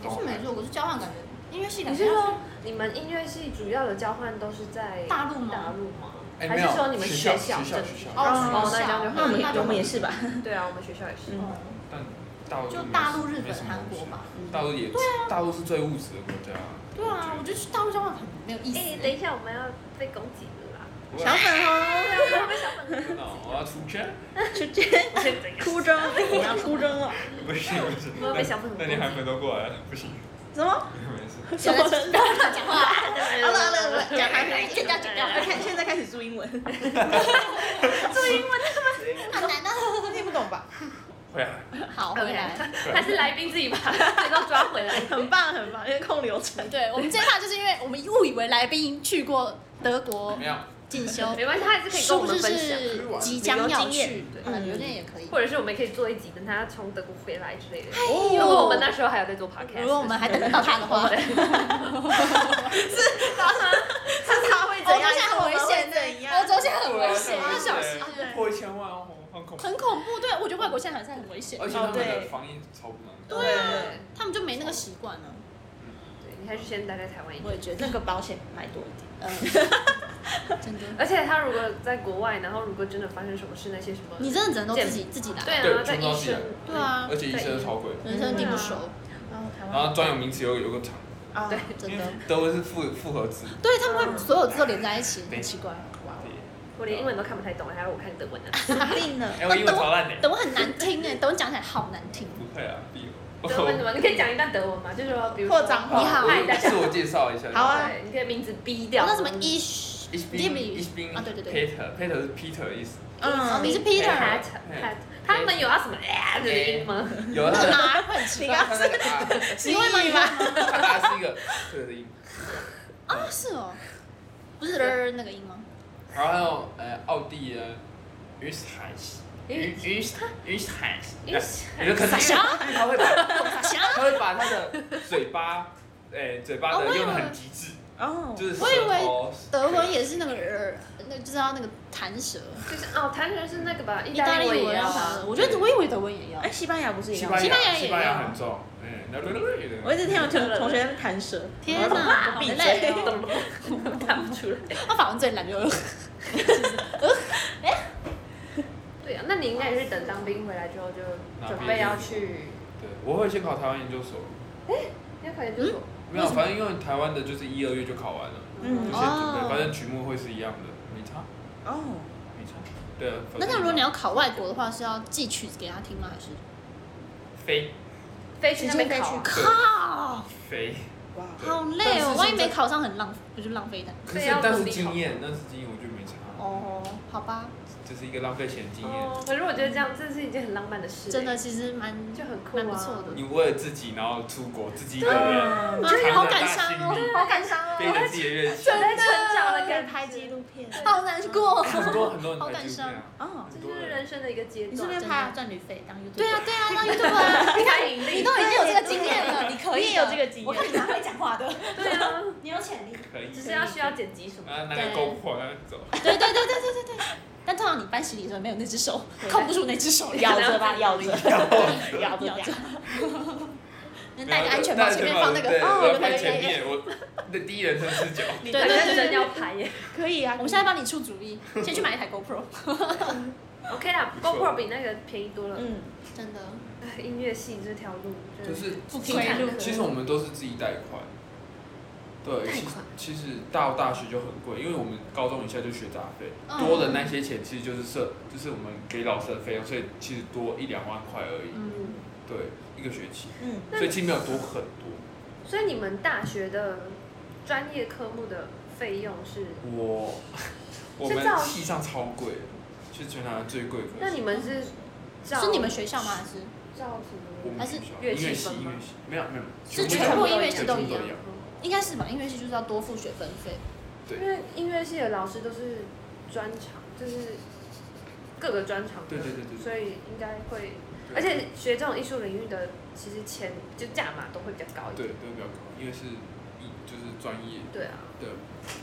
[SPEAKER 3] 也是没错，可是交换感觉音乐系感
[SPEAKER 2] 你
[SPEAKER 3] 觉
[SPEAKER 2] 是
[SPEAKER 3] 要去
[SPEAKER 2] 说你们音乐系主要的交换都是在
[SPEAKER 3] 大陆
[SPEAKER 2] 大
[SPEAKER 3] 吗？
[SPEAKER 2] 陆吗？
[SPEAKER 7] 哎
[SPEAKER 2] 还
[SPEAKER 7] 没
[SPEAKER 2] 是
[SPEAKER 7] 有
[SPEAKER 2] 说你们
[SPEAKER 7] 学
[SPEAKER 2] 学校
[SPEAKER 7] 校学校
[SPEAKER 2] 政治
[SPEAKER 7] 学校
[SPEAKER 3] 哦，
[SPEAKER 2] 哦那这样就
[SPEAKER 3] 学
[SPEAKER 2] 好
[SPEAKER 3] 校
[SPEAKER 6] 那我们
[SPEAKER 3] 那
[SPEAKER 6] 我们也是吧？
[SPEAKER 2] 对啊，我们学校也是。
[SPEAKER 6] 嗯，
[SPEAKER 7] 但大陆
[SPEAKER 3] 就
[SPEAKER 7] 没什
[SPEAKER 3] 大陆、日
[SPEAKER 7] 没什
[SPEAKER 3] 本、
[SPEAKER 7] 么
[SPEAKER 3] 韩
[SPEAKER 7] 东西
[SPEAKER 3] 国吧。
[SPEAKER 7] 大陆也，大陆是最务实的国家啊。
[SPEAKER 3] 对啊，我
[SPEAKER 7] 我
[SPEAKER 3] 觉
[SPEAKER 7] 觉
[SPEAKER 3] 得去大陆交换很没有意
[SPEAKER 2] 哎，等
[SPEAKER 3] 思。
[SPEAKER 2] 一下，我们要被攻击了啦！
[SPEAKER 7] 得
[SPEAKER 6] 小粉红
[SPEAKER 2] 对啊，我们小粉
[SPEAKER 7] 真的哦，我要出圈，
[SPEAKER 6] 出征，
[SPEAKER 2] 红先怎样？
[SPEAKER 6] 出征，我要出征了。
[SPEAKER 7] 不行不行，
[SPEAKER 2] 我要被小粉红
[SPEAKER 7] 那你还没都过来了，不行，
[SPEAKER 6] 什么？
[SPEAKER 7] 没事。
[SPEAKER 3] 现在不要乱讲话啊，好了好了好了，讲还没剪掉剪掉，
[SPEAKER 6] 要看现在开始注英文，
[SPEAKER 3] 好难啊。
[SPEAKER 6] 听不懂吧？
[SPEAKER 7] 会啊，
[SPEAKER 3] 好，回来。
[SPEAKER 2] 还是来宾自己把这都抓回来。
[SPEAKER 6] 很棒很棒，因为控流程。
[SPEAKER 3] 对我们这一趴就是因为我们误以为来宾去过德
[SPEAKER 7] 怎
[SPEAKER 3] 国
[SPEAKER 7] 么样？
[SPEAKER 3] 进修，
[SPEAKER 2] 没关系，他 还是可以跟
[SPEAKER 3] 殊
[SPEAKER 2] 我
[SPEAKER 3] 不
[SPEAKER 2] 们
[SPEAKER 3] 知
[SPEAKER 2] 分享，
[SPEAKER 3] 是即将要去，
[SPEAKER 2] 对
[SPEAKER 3] 嗯，有点也可以。
[SPEAKER 2] 或者是我们也可以做一集，等他从德国回来之类的。
[SPEAKER 3] 哎
[SPEAKER 2] 如果我们
[SPEAKER 3] 呦，
[SPEAKER 2] 那时候还有在做 podcast，
[SPEAKER 3] 如果我们还等得到他的话，
[SPEAKER 2] 对
[SPEAKER 6] 是他会
[SPEAKER 3] 欧洲现在很危险
[SPEAKER 6] 怎
[SPEAKER 3] 的，欧洲现在很危险，
[SPEAKER 7] 对
[SPEAKER 3] 要
[SPEAKER 7] 啊
[SPEAKER 3] 小心。
[SPEAKER 7] 对啊破一千万哦，很恐怖，
[SPEAKER 3] 很恐怖，对我觉得外国现在还是很危险
[SPEAKER 7] 而，且他们
[SPEAKER 6] 哦
[SPEAKER 7] 的
[SPEAKER 6] 对
[SPEAKER 7] 防疫超不能的。
[SPEAKER 6] 对啊，
[SPEAKER 3] 他们就没那个习惯了。
[SPEAKER 2] 对你还是先待在台湾一
[SPEAKER 6] 我
[SPEAKER 2] 点。
[SPEAKER 6] 也觉得那个保险买多一点。
[SPEAKER 3] 嗯，真的，
[SPEAKER 2] 而且他如果在国外，然后如果真的发生什么事，那些什么，
[SPEAKER 3] 你真的只能都自己自己来。
[SPEAKER 2] 对啊，
[SPEAKER 7] 对
[SPEAKER 2] 在
[SPEAKER 7] 全部都
[SPEAKER 2] 医
[SPEAKER 7] 自己
[SPEAKER 2] 生
[SPEAKER 7] 来，
[SPEAKER 3] 对啊，
[SPEAKER 7] 而且医生都超贵，
[SPEAKER 3] 人生地不熟，
[SPEAKER 6] 哦，台
[SPEAKER 7] 然后专有名词有有个长，
[SPEAKER 6] 啊
[SPEAKER 2] 对
[SPEAKER 3] 真
[SPEAKER 7] 因
[SPEAKER 3] 的
[SPEAKER 7] 为。
[SPEAKER 2] 嗯
[SPEAKER 7] 德文是复复合字，
[SPEAKER 3] 对他们会所有字都连在一起，很奇怪。
[SPEAKER 2] 我连英文都看不太懂，还要我看德文呢。
[SPEAKER 6] 肯定的。
[SPEAKER 7] 哎，我英文超烂的，
[SPEAKER 3] 等我很难听哎，等我讲起来好难听。
[SPEAKER 7] 不会啊，必有。
[SPEAKER 2] 德文怎么？你可以讲一段德文吗？就是说，比如说
[SPEAKER 6] 或脏话
[SPEAKER 3] 你好
[SPEAKER 2] 嗨，大家
[SPEAKER 7] 自我介绍一下。
[SPEAKER 6] 好啊
[SPEAKER 2] 对，你可以名字逼掉。
[SPEAKER 3] 哦那什么 E？ish
[SPEAKER 7] Ich bin Ich bin
[SPEAKER 3] 啊对对对
[SPEAKER 7] Peter Peter 是 Peter 的意思，
[SPEAKER 3] 哦，你
[SPEAKER 6] 嗯，
[SPEAKER 3] 是
[SPEAKER 2] Pat
[SPEAKER 3] Peter，
[SPEAKER 2] Pat，他们有要什么哎的音吗？
[SPEAKER 7] 有啊，
[SPEAKER 3] 那 R 会很 奇
[SPEAKER 6] 你
[SPEAKER 3] 怪
[SPEAKER 6] 刚
[SPEAKER 7] 他那个 R，
[SPEAKER 3] 你会吗？你会吗？
[SPEAKER 7] 他 R 是一个 Peter 的音，
[SPEAKER 3] 啊，是哦，不是的那个音吗？
[SPEAKER 7] 然后还有呃奥地利的 Österreich。于于于海，
[SPEAKER 2] 于
[SPEAKER 7] 你就可能因为他会把
[SPEAKER 3] 傻笑。
[SPEAKER 7] 他会把他的嘴巴，哎，嘴巴的用的很极致，
[SPEAKER 6] 哦
[SPEAKER 7] 就是舌
[SPEAKER 3] 我以为
[SPEAKER 7] 头。
[SPEAKER 3] 德文也是那个呃，那就知道那个弹舌，
[SPEAKER 2] 就是哦，弹舌是那个吧，意
[SPEAKER 3] 意大
[SPEAKER 2] 文啊
[SPEAKER 3] 利
[SPEAKER 2] 也
[SPEAKER 3] 文啊
[SPEAKER 2] 要
[SPEAKER 3] 要
[SPEAKER 2] 吧
[SPEAKER 3] 弹舌，我觉得我以为德文也要
[SPEAKER 6] 哎，。西班牙不是也
[SPEAKER 7] 西
[SPEAKER 6] 要？
[SPEAKER 7] 班
[SPEAKER 3] 西班牙
[SPEAKER 7] 牙
[SPEAKER 3] 也
[SPEAKER 7] 西班牙
[SPEAKER 3] 有
[SPEAKER 7] 很重，嗯，然后
[SPEAKER 6] 我一直听我同同学弹舌，
[SPEAKER 3] 天哪，好
[SPEAKER 6] 闭
[SPEAKER 3] 累
[SPEAKER 6] 嘴！
[SPEAKER 3] 哦。
[SPEAKER 2] 看不出来。
[SPEAKER 3] 那法文最懒就，
[SPEAKER 2] 对啊，那你应该也是等当兵回来之后就准备要去，
[SPEAKER 7] 对，我会先考台湾研究所，
[SPEAKER 2] 你要考研究所。
[SPEAKER 7] 没有，反正因为台湾的就是一二月就考完了，就
[SPEAKER 6] 嗯
[SPEAKER 7] 先准
[SPEAKER 3] 哦
[SPEAKER 7] 备，反正曲目会是一样的，没差，
[SPEAKER 6] 哦，
[SPEAKER 7] 没差。对啊，反
[SPEAKER 3] 那
[SPEAKER 7] 正
[SPEAKER 3] 那如果你要考外国的话，是要寄曲子给他听吗？还是
[SPEAKER 7] 飞
[SPEAKER 3] 嗯
[SPEAKER 2] 飞去那边考啊，
[SPEAKER 3] 靠？
[SPEAKER 7] 飞，飞，
[SPEAKER 6] 哇，
[SPEAKER 3] 好
[SPEAKER 7] 但
[SPEAKER 3] 累
[SPEAKER 7] 是
[SPEAKER 3] 哦
[SPEAKER 7] 现，
[SPEAKER 3] 万一没
[SPEAKER 7] 在
[SPEAKER 3] 考上很浪，不就浪费的？
[SPEAKER 7] 可
[SPEAKER 2] 对
[SPEAKER 7] 是
[SPEAKER 2] 要
[SPEAKER 7] 但
[SPEAKER 2] 努
[SPEAKER 7] 是
[SPEAKER 2] 力
[SPEAKER 7] 经
[SPEAKER 2] 考
[SPEAKER 7] 验，但是经验我就没差，
[SPEAKER 3] 哦，好吧，
[SPEAKER 7] 这是一个浪费钱的经验。
[SPEAKER 2] 哦，可是我觉得这样这是一件很浪漫的事，
[SPEAKER 3] 真的其实蛮
[SPEAKER 2] 就很酷啊，
[SPEAKER 3] 蛮不错的。
[SPEAKER 7] 你为了自己，然后出国，自己一个人，
[SPEAKER 3] 啊
[SPEAKER 7] 就是有
[SPEAKER 3] 好感伤哦，好感伤
[SPEAKER 4] 啊
[SPEAKER 3] 哦，
[SPEAKER 7] 背着自己的院线，
[SPEAKER 2] 就在成长的感觉
[SPEAKER 4] 拍纪录片，
[SPEAKER 3] 好难过。
[SPEAKER 7] 很多很多人
[SPEAKER 3] 好
[SPEAKER 7] 拍
[SPEAKER 3] 感
[SPEAKER 7] 纪录片啊，
[SPEAKER 6] 哦，
[SPEAKER 7] 很
[SPEAKER 2] 这
[SPEAKER 7] 多
[SPEAKER 2] 就是
[SPEAKER 7] 人
[SPEAKER 2] 人生的一个阶
[SPEAKER 6] 你是不
[SPEAKER 2] 段。
[SPEAKER 6] 是拍啊？
[SPEAKER 3] 赚旅费当 YouTube？对啊，对啊，当 YouTube 啊，你看你都已经有这个经验了，你可以
[SPEAKER 4] 你
[SPEAKER 3] 的
[SPEAKER 4] 也有这个经
[SPEAKER 6] 我
[SPEAKER 4] 验
[SPEAKER 6] 看，你蛮会讲话的，
[SPEAKER 2] 对啊，
[SPEAKER 4] 你有潜力。
[SPEAKER 7] 可以
[SPEAKER 2] 只是要需要剪辑什么。
[SPEAKER 7] 啊，拿个篝火那走，
[SPEAKER 3] 对对对对对对对。但通常你搬行李的时候没有那只手，靠不住那只手，
[SPEAKER 4] 咬着吧，咬 着，咬着
[SPEAKER 3] 咬着
[SPEAKER 4] 讲。。
[SPEAKER 3] 能戴个安全帽，前面放那个
[SPEAKER 7] 对，
[SPEAKER 3] 哦，
[SPEAKER 7] 我要
[SPEAKER 3] 对
[SPEAKER 7] 拍
[SPEAKER 3] 对
[SPEAKER 7] 前
[SPEAKER 3] 对，
[SPEAKER 7] 面，我那第一人称视角，
[SPEAKER 2] 你
[SPEAKER 3] 对
[SPEAKER 2] 真
[SPEAKER 3] 对对
[SPEAKER 2] 的 要拍耶
[SPEAKER 3] 可以啊。我们现在帮你出主意，先去买一台 GoPro。
[SPEAKER 2] ，OK 啦
[SPEAKER 7] 不错
[SPEAKER 2] ，GoPro 比那个便宜多了。
[SPEAKER 6] 嗯，
[SPEAKER 3] 真的，
[SPEAKER 2] 唉音乐系这条路真的
[SPEAKER 7] 就是
[SPEAKER 3] 不
[SPEAKER 2] 可以看
[SPEAKER 3] 路。
[SPEAKER 7] 其实我们都是自己贷款，对，
[SPEAKER 2] 贷
[SPEAKER 7] 其
[SPEAKER 2] 款
[SPEAKER 7] 其实到大学就很贵，因为我们高中以下就学杂费，
[SPEAKER 3] 嗯
[SPEAKER 7] 多的那些钱其实就是社，就是我们给老师的费用，所以其实多一两万块而已，
[SPEAKER 3] 嗯，
[SPEAKER 7] 对，一个学期，
[SPEAKER 6] 嗯，
[SPEAKER 2] 那
[SPEAKER 7] 所以其实没有多很多。
[SPEAKER 2] 所以你们大学的专业科目的费用是？
[SPEAKER 7] 我我
[SPEAKER 2] 是
[SPEAKER 7] 们
[SPEAKER 2] 照
[SPEAKER 7] 系上超贵，是全台湾最贵的科系。
[SPEAKER 2] 那你们是照？
[SPEAKER 3] 是你们学校吗？还是
[SPEAKER 2] 照
[SPEAKER 7] 我
[SPEAKER 2] 什么？
[SPEAKER 7] 们
[SPEAKER 3] 还是
[SPEAKER 7] 学校音
[SPEAKER 2] 乐
[SPEAKER 7] 乐
[SPEAKER 2] 器
[SPEAKER 7] 系
[SPEAKER 2] 分
[SPEAKER 7] 音
[SPEAKER 2] 吗
[SPEAKER 7] 乐系没有没有，
[SPEAKER 3] 是
[SPEAKER 7] 部
[SPEAKER 3] 全部音乐系
[SPEAKER 7] 全
[SPEAKER 3] 都
[SPEAKER 7] 部
[SPEAKER 3] 一样
[SPEAKER 7] 一样。
[SPEAKER 3] 应该是吧？音乐系就是要多付学分费。
[SPEAKER 2] 因为音乐系的老师都是专长，就是各个专长的，
[SPEAKER 7] 对对对对对
[SPEAKER 2] 所以应该会，
[SPEAKER 7] 对
[SPEAKER 2] 而且学这种艺术领域的，其实钱就价码都会比较高一
[SPEAKER 7] 对
[SPEAKER 2] 点。
[SPEAKER 7] 都比较高，因为是一就是专业
[SPEAKER 2] 对啊，
[SPEAKER 7] 的，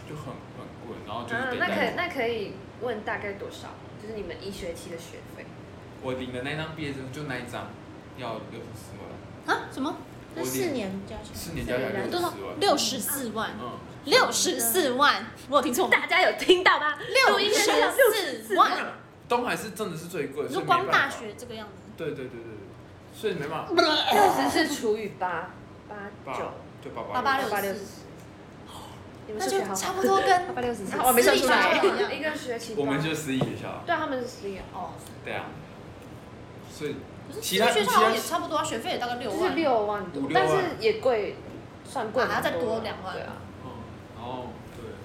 [SPEAKER 7] 就很很贵，然后就是
[SPEAKER 2] 啊，
[SPEAKER 7] 给
[SPEAKER 2] 那可以
[SPEAKER 7] 贷款。
[SPEAKER 2] 那可以问大概多少？就是你们一学期的学费？
[SPEAKER 7] 我领的那张毕业证就那一张，要六十四万，
[SPEAKER 3] 啊？什么？
[SPEAKER 7] 我
[SPEAKER 4] 四
[SPEAKER 7] 领
[SPEAKER 4] 年加起来，
[SPEAKER 7] 四年加起来六
[SPEAKER 3] 多少
[SPEAKER 7] 十
[SPEAKER 3] 六十四
[SPEAKER 7] 四万？，
[SPEAKER 3] 万，
[SPEAKER 7] 嗯，
[SPEAKER 3] 六十四万，我有听错吗？
[SPEAKER 2] 大家有听到 吗？
[SPEAKER 3] 六
[SPEAKER 2] 录音室要
[SPEAKER 3] 十四万，
[SPEAKER 7] 东海是真的是最贵，
[SPEAKER 3] 你说
[SPEAKER 7] 所以没
[SPEAKER 3] 光
[SPEAKER 7] 办
[SPEAKER 3] 大
[SPEAKER 7] 法
[SPEAKER 3] 学这个样子，
[SPEAKER 7] 对对对对对，所以没办法，
[SPEAKER 2] 六十是除以八，八
[SPEAKER 7] 爸
[SPEAKER 2] 九，
[SPEAKER 7] 就爸
[SPEAKER 3] 八
[SPEAKER 7] 爸
[SPEAKER 3] 八
[SPEAKER 2] 六
[SPEAKER 3] 六
[SPEAKER 2] 四
[SPEAKER 3] 四，
[SPEAKER 2] 你们
[SPEAKER 3] 那
[SPEAKER 2] 数
[SPEAKER 3] 就
[SPEAKER 2] 学好
[SPEAKER 3] 差
[SPEAKER 2] 好，
[SPEAKER 3] 不多哦 跟
[SPEAKER 2] 八八六十四，
[SPEAKER 6] 好我没算出来
[SPEAKER 3] 私立大学
[SPEAKER 2] 一个学期八，
[SPEAKER 7] 我们就是私立学校，
[SPEAKER 2] 对啊他们是私立啊，
[SPEAKER 3] 哦，
[SPEAKER 7] 对啊，所以
[SPEAKER 3] 可是
[SPEAKER 7] 其他
[SPEAKER 3] 学校
[SPEAKER 7] 其
[SPEAKER 3] 好
[SPEAKER 7] 他
[SPEAKER 3] 像也差不多啊，学费也大概六
[SPEAKER 2] 就是
[SPEAKER 3] 万，
[SPEAKER 2] 六万多
[SPEAKER 7] 五，六
[SPEAKER 2] 但
[SPEAKER 7] 万
[SPEAKER 2] 是也贵，算贵
[SPEAKER 3] 啊
[SPEAKER 2] 很
[SPEAKER 3] 还
[SPEAKER 2] 了，
[SPEAKER 3] 要再多两万
[SPEAKER 2] 对啊，
[SPEAKER 7] 嗯，然后对，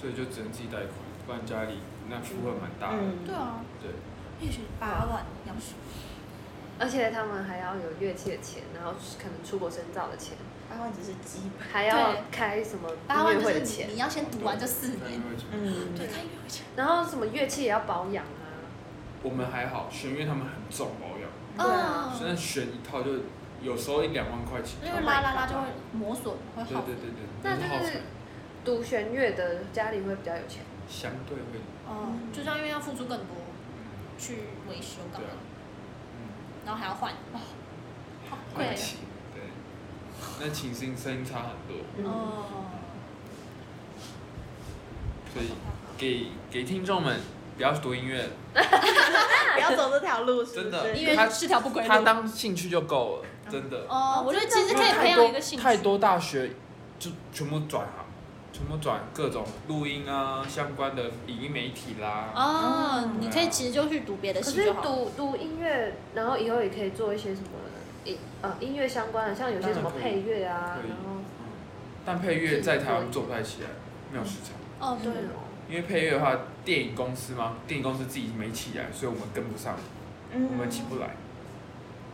[SPEAKER 7] 所以就只能自己贷款，不然家里那负荷蛮大的，
[SPEAKER 6] 嗯，
[SPEAKER 3] 对啊，
[SPEAKER 7] 对，
[SPEAKER 3] 也许八万两学，
[SPEAKER 2] 而且他们还要有乐器的钱，然后可能出国深造的钱，
[SPEAKER 6] 八万只是基本，
[SPEAKER 2] 还要
[SPEAKER 3] 对
[SPEAKER 2] 开什么
[SPEAKER 3] 八
[SPEAKER 2] 音
[SPEAKER 3] 万
[SPEAKER 2] 乐
[SPEAKER 3] 就
[SPEAKER 2] 会的
[SPEAKER 3] 是
[SPEAKER 2] 钱
[SPEAKER 3] 你，你要先读完这四年，
[SPEAKER 7] 对。
[SPEAKER 6] 嗯，
[SPEAKER 3] 对，看音乐会钱，
[SPEAKER 2] 然后什么乐器也要保养啊，
[SPEAKER 7] 我们还好，弦乐他们很重保养，
[SPEAKER 2] 对啊
[SPEAKER 7] 虽然
[SPEAKER 3] 嗯，
[SPEAKER 7] 弦一套就有时候一两万块起
[SPEAKER 3] 因
[SPEAKER 7] 跳
[SPEAKER 3] 为，拉拉拉就会磨损，会
[SPEAKER 7] 对
[SPEAKER 3] 好
[SPEAKER 7] 对，对对，
[SPEAKER 2] 那
[SPEAKER 7] 是耗
[SPEAKER 2] 就是
[SPEAKER 7] 材
[SPEAKER 2] 读弦乐的家里会比较有钱，
[SPEAKER 7] 相对会，
[SPEAKER 3] 哦，就是要因为要付出更多
[SPEAKER 7] 嗯啊
[SPEAKER 3] 去维修干嘛，
[SPEAKER 7] 嗯，
[SPEAKER 3] 然后还要换，哇，好贵
[SPEAKER 7] 换
[SPEAKER 3] 啊，
[SPEAKER 7] 琴，对，那琴声声音差很多，
[SPEAKER 2] 嗯，
[SPEAKER 3] 哦，
[SPEAKER 7] 所以给给听众们不要去读音乐，
[SPEAKER 6] 不要走这条路，是
[SPEAKER 7] 真
[SPEAKER 6] 不
[SPEAKER 7] 的
[SPEAKER 6] 是？
[SPEAKER 3] 因为
[SPEAKER 7] 他
[SPEAKER 3] 是条不归
[SPEAKER 7] 他
[SPEAKER 3] 路。
[SPEAKER 7] 当兴趣就够了，真的。
[SPEAKER 3] 哦，我觉得其实
[SPEAKER 7] 因
[SPEAKER 3] 可
[SPEAKER 7] 为
[SPEAKER 3] 以培
[SPEAKER 7] 太
[SPEAKER 3] 养
[SPEAKER 7] 多
[SPEAKER 3] 一个兴趣。哦
[SPEAKER 7] 太多大学就全部转行，全部转各种录音啊相关的影音媒体啦，
[SPEAKER 3] 哦，
[SPEAKER 6] 嗯
[SPEAKER 3] 你可以其实就去读别的
[SPEAKER 2] 可
[SPEAKER 3] 系
[SPEAKER 2] 是
[SPEAKER 3] 就好了。
[SPEAKER 2] 读读音乐，然后以后也可以做一些什么音呃音乐相关的，像有些什么
[SPEAKER 7] 当然可以
[SPEAKER 2] 配乐啊，
[SPEAKER 7] 可以
[SPEAKER 2] 然后
[SPEAKER 3] 嗯
[SPEAKER 7] 但配乐在台湾做不太起来，没有市场。
[SPEAKER 3] 哦，对，
[SPEAKER 7] 因为配乐的话，电影公司嘛，电影公司自己没起来，所以我们跟不上，
[SPEAKER 6] 嗯
[SPEAKER 7] 我们起不来。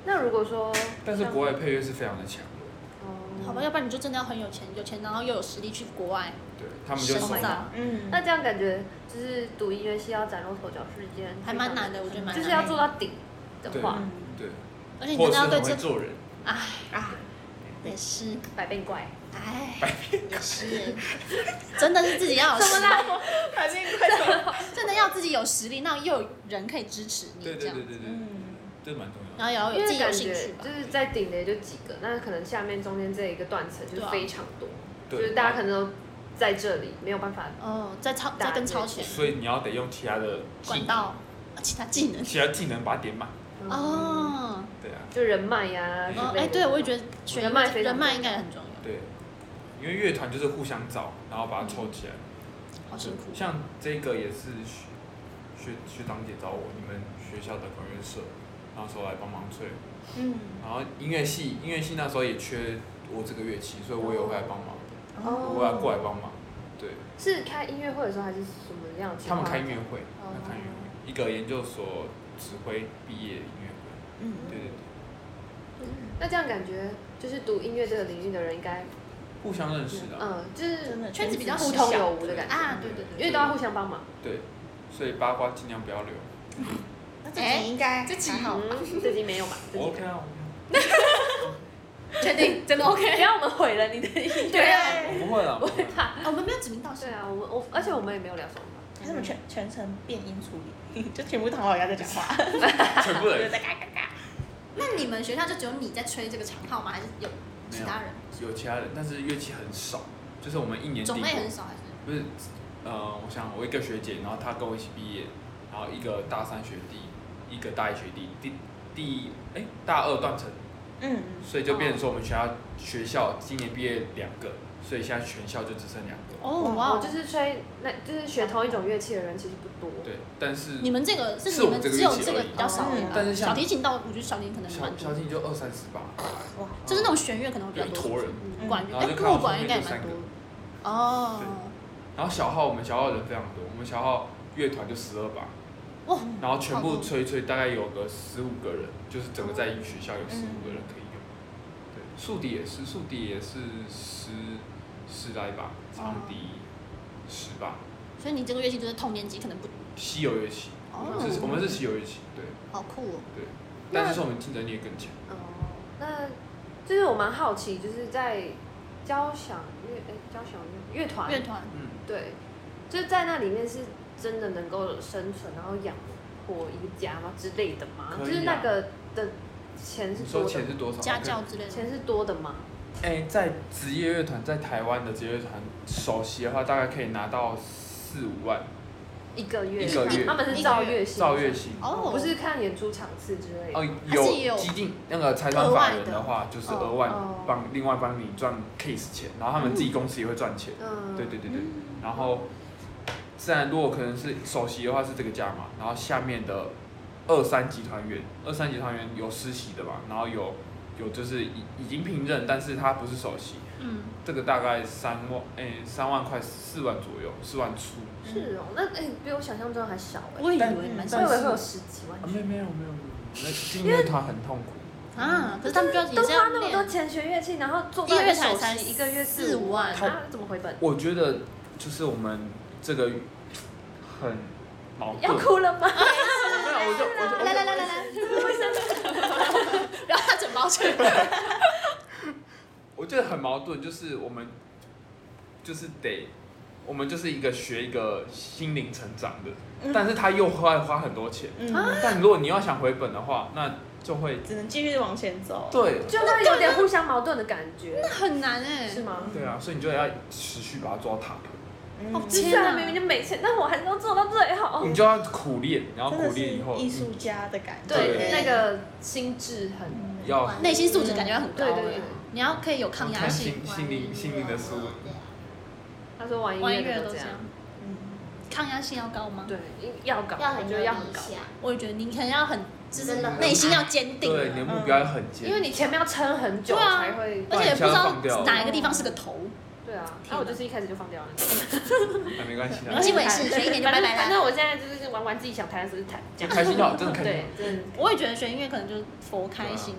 [SPEAKER 2] 那如果说，
[SPEAKER 7] 但是
[SPEAKER 2] 像
[SPEAKER 7] 国外配乐是非常的强，
[SPEAKER 2] 哦
[SPEAKER 3] 好吧，要不然你就真的要很有钱，有钱然后又有实力去国外
[SPEAKER 7] 对他们就
[SPEAKER 3] 深
[SPEAKER 7] 手
[SPEAKER 3] 造，
[SPEAKER 6] 嗯，
[SPEAKER 2] 那这样感觉就是读音乐系要崭露头角是一件
[SPEAKER 3] 还蛮难的，我觉得蛮
[SPEAKER 2] 就是
[SPEAKER 3] 难
[SPEAKER 2] 要
[SPEAKER 3] 的。
[SPEAKER 2] 做到顶的话，
[SPEAKER 6] 嗯
[SPEAKER 7] 对，
[SPEAKER 3] 而且你
[SPEAKER 7] 或
[SPEAKER 3] 真
[SPEAKER 7] 者
[SPEAKER 3] 的
[SPEAKER 7] 是
[SPEAKER 3] 要对
[SPEAKER 7] 很会
[SPEAKER 3] 这，
[SPEAKER 7] 做人，
[SPEAKER 3] 哎，
[SPEAKER 6] 啊，
[SPEAKER 3] 也是，
[SPEAKER 2] 百变怪。
[SPEAKER 3] 哎，也是，真的是自己要有实力，
[SPEAKER 6] 还是 因为什么？
[SPEAKER 3] 真的要自己有实力，那又有人可以支持你
[SPEAKER 7] 对
[SPEAKER 3] 这
[SPEAKER 7] 对
[SPEAKER 3] 样
[SPEAKER 7] 对，对对，
[SPEAKER 6] 嗯，
[SPEAKER 7] 这蛮重要
[SPEAKER 3] 然后也要
[SPEAKER 2] 因
[SPEAKER 3] 有自
[SPEAKER 2] 为
[SPEAKER 3] 己哦有
[SPEAKER 2] 感
[SPEAKER 3] 兴
[SPEAKER 2] 觉
[SPEAKER 3] 趣吧
[SPEAKER 2] 就。是在顶的也就几个，那可能下面中间这一个断层
[SPEAKER 3] 对
[SPEAKER 2] 就
[SPEAKER 3] 啊
[SPEAKER 2] 非常多，
[SPEAKER 7] 对
[SPEAKER 2] 就是大家可能都在这里没有办法。
[SPEAKER 3] 哦，在超在跟超前
[SPEAKER 7] 的，所以你要得用其他的技
[SPEAKER 3] 管道，啊其他技能。
[SPEAKER 7] 其他技能把它点满，
[SPEAKER 2] 嗯，
[SPEAKER 3] 哦，
[SPEAKER 7] 对啊。
[SPEAKER 2] 就人脉呀之
[SPEAKER 3] 哦，
[SPEAKER 2] 类
[SPEAKER 3] 哎，
[SPEAKER 2] 的
[SPEAKER 3] 对，我也觉得选
[SPEAKER 2] 人脉非常
[SPEAKER 3] 人脉
[SPEAKER 2] 重
[SPEAKER 3] 应该也很重要，
[SPEAKER 7] 对，因为乐团就是互相找，然后把它凑起来。
[SPEAKER 3] 好辛苦。
[SPEAKER 7] 像这个也是学学学长姐找我，你们学校的管乐社，然后说来帮忙吹，
[SPEAKER 4] 嗯，
[SPEAKER 7] 然后音乐系音乐系那时候也缺我这个乐器，所以我也会来帮忙，
[SPEAKER 2] 哦
[SPEAKER 7] 我也过来帮忙。对，
[SPEAKER 2] 是开音乐会的时候还是什么样的情
[SPEAKER 7] 他
[SPEAKER 2] 况？
[SPEAKER 7] 们开音乐会，
[SPEAKER 2] 哦
[SPEAKER 7] 他们开音乐会，一个研究所指挥毕业音乐会。
[SPEAKER 4] 嗯
[SPEAKER 7] 对对对，
[SPEAKER 2] 那这样感觉就是读音乐这个领域的人应该，
[SPEAKER 7] 互相认识的啊。
[SPEAKER 2] 嗯，就是
[SPEAKER 4] 真的
[SPEAKER 3] 圈子比较
[SPEAKER 2] 互
[SPEAKER 3] 小
[SPEAKER 2] 通有无的感觉，
[SPEAKER 3] 啊，对对
[SPEAKER 2] 因为都要互相帮忙。
[SPEAKER 7] 对，所以八卦尽量不要留。
[SPEAKER 4] 那这集应该
[SPEAKER 3] 哎这集
[SPEAKER 4] 还好吧，
[SPEAKER 2] 嗯，这集没有吧？这
[SPEAKER 7] 我
[SPEAKER 2] 集
[SPEAKER 7] OK 啊，
[SPEAKER 3] 对，确定真的 OK。
[SPEAKER 2] 不要我们毁了你的音乐。
[SPEAKER 3] 对
[SPEAKER 7] 我不会啊，我不会啊
[SPEAKER 3] 啊，我们没有指名道姓
[SPEAKER 2] 对。啊，我们我而且我们也没有聊什么吧。
[SPEAKER 4] 还是我们全全程变音处理， 就全部唐老鸭在讲话，
[SPEAKER 7] 全
[SPEAKER 4] 就
[SPEAKER 7] 部人
[SPEAKER 4] 在嘎嘎嘎。
[SPEAKER 3] 那你们学校就只有你在吹这个长号吗？还是有
[SPEAKER 7] 没
[SPEAKER 3] 其
[SPEAKER 7] 有
[SPEAKER 3] 他人？
[SPEAKER 7] 有其他人，但是乐器很少，就是我们一年
[SPEAKER 3] 种
[SPEAKER 7] 顶
[SPEAKER 3] 类
[SPEAKER 7] 多
[SPEAKER 3] 很少还是？
[SPEAKER 7] 不是，呃，我想我一个学姐，然后她跟我一起毕业，然后一个大三学弟，一个大一学弟，第第哎大二断层，
[SPEAKER 4] 嗯，
[SPEAKER 7] 所以就变成说我们学校学校今年毕业两个，所以现在全校就只剩两个。
[SPEAKER 3] 哦
[SPEAKER 2] 哇，
[SPEAKER 3] 就
[SPEAKER 2] 就是是吹那就是学同一种乐器的人其实不多。
[SPEAKER 7] 对，但是
[SPEAKER 3] 你们这个是
[SPEAKER 7] 是
[SPEAKER 3] 你
[SPEAKER 7] 我
[SPEAKER 3] 们
[SPEAKER 7] 们这个
[SPEAKER 3] 只有
[SPEAKER 7] 乐器
[SPEAKER 3] 这个
[SPEAKER 7] 而已
[SPEAKER 3] 比较少一点吧
[SPEAKER 4] 嗯
[SPEAKER 7] 但是像
[SPEAKER 3] 小提琴到，我觉得小提琴可能
[SPEAKER 7] 小
[SPEAKER 3] 蛮
[SPEAKER 7] 小
[SPEAKER 3] 多，
[SPEAKER 7] 提琴就二三十吧，
[SPEAKER 4] 哇，
[SPEAKER 3] 就是那种弦乐可能会比
[SPEAKER 7] 有
[SPEAKER 3] 较
[SPEAKER 7] 一
[SPEAKER 3] 多。
[SPEAKER 7] 坨人。
[SPEAKER 2] 嗯，
[SPEAKER 3] 木管乐，
[SPEAKER 7] 然后
[SPEAKER 3] 哎，
[SPEAKER 7] 就看到
[SPEAKER 3] 木
[SPEAKER 7] 后
[SPEAKER 3] 管
[SPEAKER 7] 面
[SPEAKER 3] 应该也
[SPEAKER 7] 就
[SPEAKER 3] 蛮
[SPEAKER 7] 三个
[SPEAKER 3] 多。哦，
[SPEAKER 7] 然后小号我们小号人非常多，我们小号乐团就十二把，
[SPEAKER 3] 哇，
[SPEAKER 7] 然后全
[SPEAKER 3] 好
[SPEAKER 7] 部
[SPEAKER 3] 多哦
[SPEAKER 7] 吹吹大概有个十五个人，就是整个在学校有十五个人可以用。对，竖笛也是，竖笛也是十十来把，长笛十把，
[SPEAKER 3] 哦所以你这个乐器就是同年级可能不
[SPEAKER 7] 稀有乐器，我们是
[SPEAKER 3] 哦
[SPEAKER 7] 我们是稀有乐器，对，
[SPEAKER 3] 好酷哦。
[SPEAKER 7] 但是说我们竞争力也更强。
[SPEAKER 2] 哦，那就是我蛮好奇，就是在交响乐哎交响乐乐团
[SPEAKER 3] 哦乐团
[SPEAKER 7] 嗯，
[SPEAKER 2] 对，就是在那里面是真的能够生存，然后养活一个家吗之类的吗？
[SPEAKER 7] 可以啊
[SPEAKER 2] 就是那个的钱是
[SPEAKER 7] 你
[SPEAKER 2] 多
[SPEAKER 7] 说
[SPEAKER 2] 的，
[SPEAKER 7] 钱是多少？
[SPEAKER 3] 家教之类的，
[SPEAKER 2] 钱是多的吗？
[SPEAKER 7] 哎，在职业乐团，在台湾的职业乐团首席的话，大概可以拿到四五万，
[SPEAKER 2] 一个月，
[SPEAKER 7] 一个月
[SPEAKER 2] 他们是照月薪，
[SPEAKER 7] 照月薪。
[SPEAKER 3] 哦，
[SPEAKER 2] 不是看演出场次之类的。
[SPEAKER 7] 哦，
[SPEAKER 3] 还是有
[SPEAKER 7] 有既定那个财团法人的话，就是
[SPEAKER 2] 哦
[SPEAKER 7] 额外
[SPEAKER 2] 哦
[SPEAKER 7] 帮另外帮你赚 case 钱，然后他们自己公司也会赚钱。
[SPEAKER 2] 嗯，
[SPEAKER 7] 对对对对，然后自然如果可能是首席的话是这个价嘛，然后下面的二三集团员，二三集团员有实习的嘛，然后有有就是已已经聘任，但是他不是首席，
[SPEAKER 3] 嗯，
[SPEAKER 7] 这个大概三万诶三万块四万左右，四万出。
[SPEAKER 2] 是哦，那哎、比我想象中还少哎、
[SPEAKER 3] 嗯我以为蛮
[SPEAKER 2] 我以
[SPEAKER 3] 少
[SPEAKER 2] 为会有十几万
[SPEAKER 7] 啊，没有没有没有没有，那进乐团很痛苦。
[SPEAKER 3] 啊，可是他们就要也
[SPEAKER 2] 都
[SPEAKER 3] 是
[SPEAKER 2] 花
[SPEAKER 3] 要
[SPEAKER 2] 那么多
[SPEAKER 3] 练
[SPEAKER 2] 钱学乐器，然后做
[SPEAKER 3] 一
[SPEAKER 2] 到
[SPEAKER 3] 个
[SPEAKER 2] 一
[SPEAKER 3] 月
[SPEAKER 2] 个
[SPEAKER 3] 才
[SPEAKER 2] 首
[SPEAKER 3] 才
[SPEAKER 2] 席一个月
[SPEAKER 3] 四
[SPEAKER 2] 四
[SPEAKER 3] 五
[SPEAKER 2] 五
[SPEAKER 3] 万
[SPEAKER 2] 万，啊，怎么回本？
[SPEAKER 7] 我觉得就是我们这个很矛盾。
[SPEAKER 2] 要哭了吗？
[SPEAKER 7] 没有，我就我就
[SPEAKER 3] 来来来来来，然后他整包去，
[SPEAKER 7] 我觉得很矛盾，就是我们就是得，我们就是一个学一个心灵成长的，
[SPEAKER 4] 嗯
[SPEAKER 7] 但是他又花花很多钱。
[SPEAKER 4] 嗯，
[SPEAKER 7] 但如果你要想回本的话，那就会
[SPEAKER 4] 只能继续往前走。
[SPEAKER 7] 对
[SPEAKER 2] 就会有点互相矛盾的感觉，
[SPEAKER 3] 很难哎
[SPEAKER 2] 是吗？
[SPEAKER 7] 对啊，所以你就要持续把它做到塔，
[SPEAKER 4] 嗯
[SPEAKER 3] 好
[SPEAKER 2] 虽然明明就没钱，但我还是要做到最好。
[SPEAKER 7] 你就要苦练，然后
[SPEAKER 4] 真的
[SPEAKER 7] 苦
[SPEAKER 4] 是
[SPEAKER 7] 练以后嗯
[SPEAKER 4] 艺术家的感觉。嗯
[SPEAKER 2] 对，
[SPEAKER 7] 对
[SPEAKER 2] 那个心智很，
[SPEAKER 7] 嗯要
[SPEAKER 3] 内心素质感觉要很高
[SPEAKER 2] 对对
[SPEAKER 3] 哎
[SPEAKER 2] 对，。
[SPEAKER 3] 你要可以有抗压
[SPEAKER 7] 看
[SPEAKER 3] 性，
[SPEAKER 7] 哦心心灵心灵的书，
[SPEAKER 2] 他说玩音
[SPEAKER 3] 玩音
[SPEAKER 2] 乐
[SPEAKER 3] 乐
[SPEAKER 2] 的
[SPEAKER 3] 都
[SPEAKER 2] 都这
[SPEAKER 3] 这样
[SPEAKER 2] 样，，
[SPEAKER 4] 嗯，
[SPEAKER 3] 抗压性要高吗？
[SPEAKER 2] 对，要搞，
[SPEAKER 6] 要
[SPEAKER 2] 我
[SPEAKER 6] 很
[SPEAKER 2] 觉得要很高，
[SPEAKER 4] 啊
[SPEAKER 3] 我也觉得你可能要很，就是
[SPEAKER 6] 真的很
[SPEAKER 3] 内心要坚定，
[SPEAKER 7] 对你的目标要很坚
[SPEAKER 2] 因为你前面要撑很久
[SPEAKER 3] 对啊
[SPEAKER 2] 才会，
[SPEAKER 3] 而且也不知道哪一个
[SPEAKER 4] 掉
[SPEAKER 3] 地方是个头。
[SPEAKER 2] 对啊，
[SPEAKER 3] 天
[SPEAKER 2] 那
[SPEAKER 3] 哪
[SPEAKER 2] 我就是一开始就放掉了。
[SPEAKER 7] 啊没关系
[SPEAKER 3] 没
[SPEAKER 7] 的
[SPEAKER 3] 关，系，我也是，学一年就
[SPEAKER 2] 反
[SPEAKER 3] 拜
[SPEAKER 2] 正
[SPEAKER 3] 拜
[SPEAKER 2] 反
[SPEAKER 3] 啦。
[SPEAKER 2] 正我现在就是玩玩自己想弹的时候就弹，这
[SPEAKER 7] 就
[SPEAKER 2] 样
[SPEAKER 7] 开心就好，真的开心就好
[SPEAKER 2] 对。，真的
[SPEAKER 3] 我也觉得学音乐可能就是佛开心，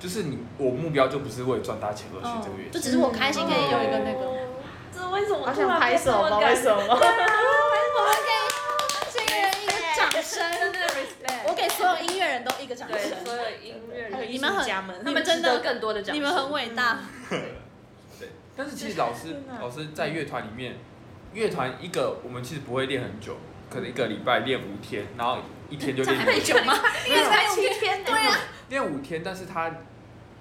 [SPEAKER 7] 就是你，我目标就不是为了赚大钱而学这个乐
[SPEAKER 3] 嗯，
[SPEAKER 7] 器
[SPEAKER 3] 就。只是我开心可以有一个那个。
[SPEAKER 2] 哦，这为什么
[SPEAKER 4] 好
[SPEAKER 2] 突
[SPEAKER 4] 想
[SPEAKER 2] 然
[SPEAKER 4] 拍
[SPEAKER 2] 变这
[SPEAKER 4] 手
[SPEAKER 2] 么
[SPEAKER 4] 吗？
[SPEAKER 2] 感
[SPEAKER 4] 为什 么？
[SPEAKER 3] 这个人一个掌声，
[SPEAKER 2] 真的 respect，
[SPEAKER 3] 我给所有音乐人都一个掌声。
[SPEAKER 2] 对所有音乐人，
[SPEAKER 3] 你们很
[SPEAKER 4] 家们，
[SPEAKER 3] 你们
[SPEAKER 2] 值
[SPEAKER 3] 真
[SPEAKER 2] 得
[SPEAKER 3] 的，
[SPEAKER 2] 更多的掌声，
[SPEAKER 3] 你们很伟大。
[SPEAKER 7] 对，但是其实老师
[SPEAKER 4] 天哪
[SPEAKER 7] 老师在乐团里面，乐团一个我们其实不会练很久，可能一个礼拜练五天，然后一天 就
[SPEAKER 3] 这样还会
[SPEAKER 7] 练五
[SPEAKER 3] 久吗？
[SPEAKER 2] 因为才七天，对啊，
[SPEAKER 7] 练五天，但是他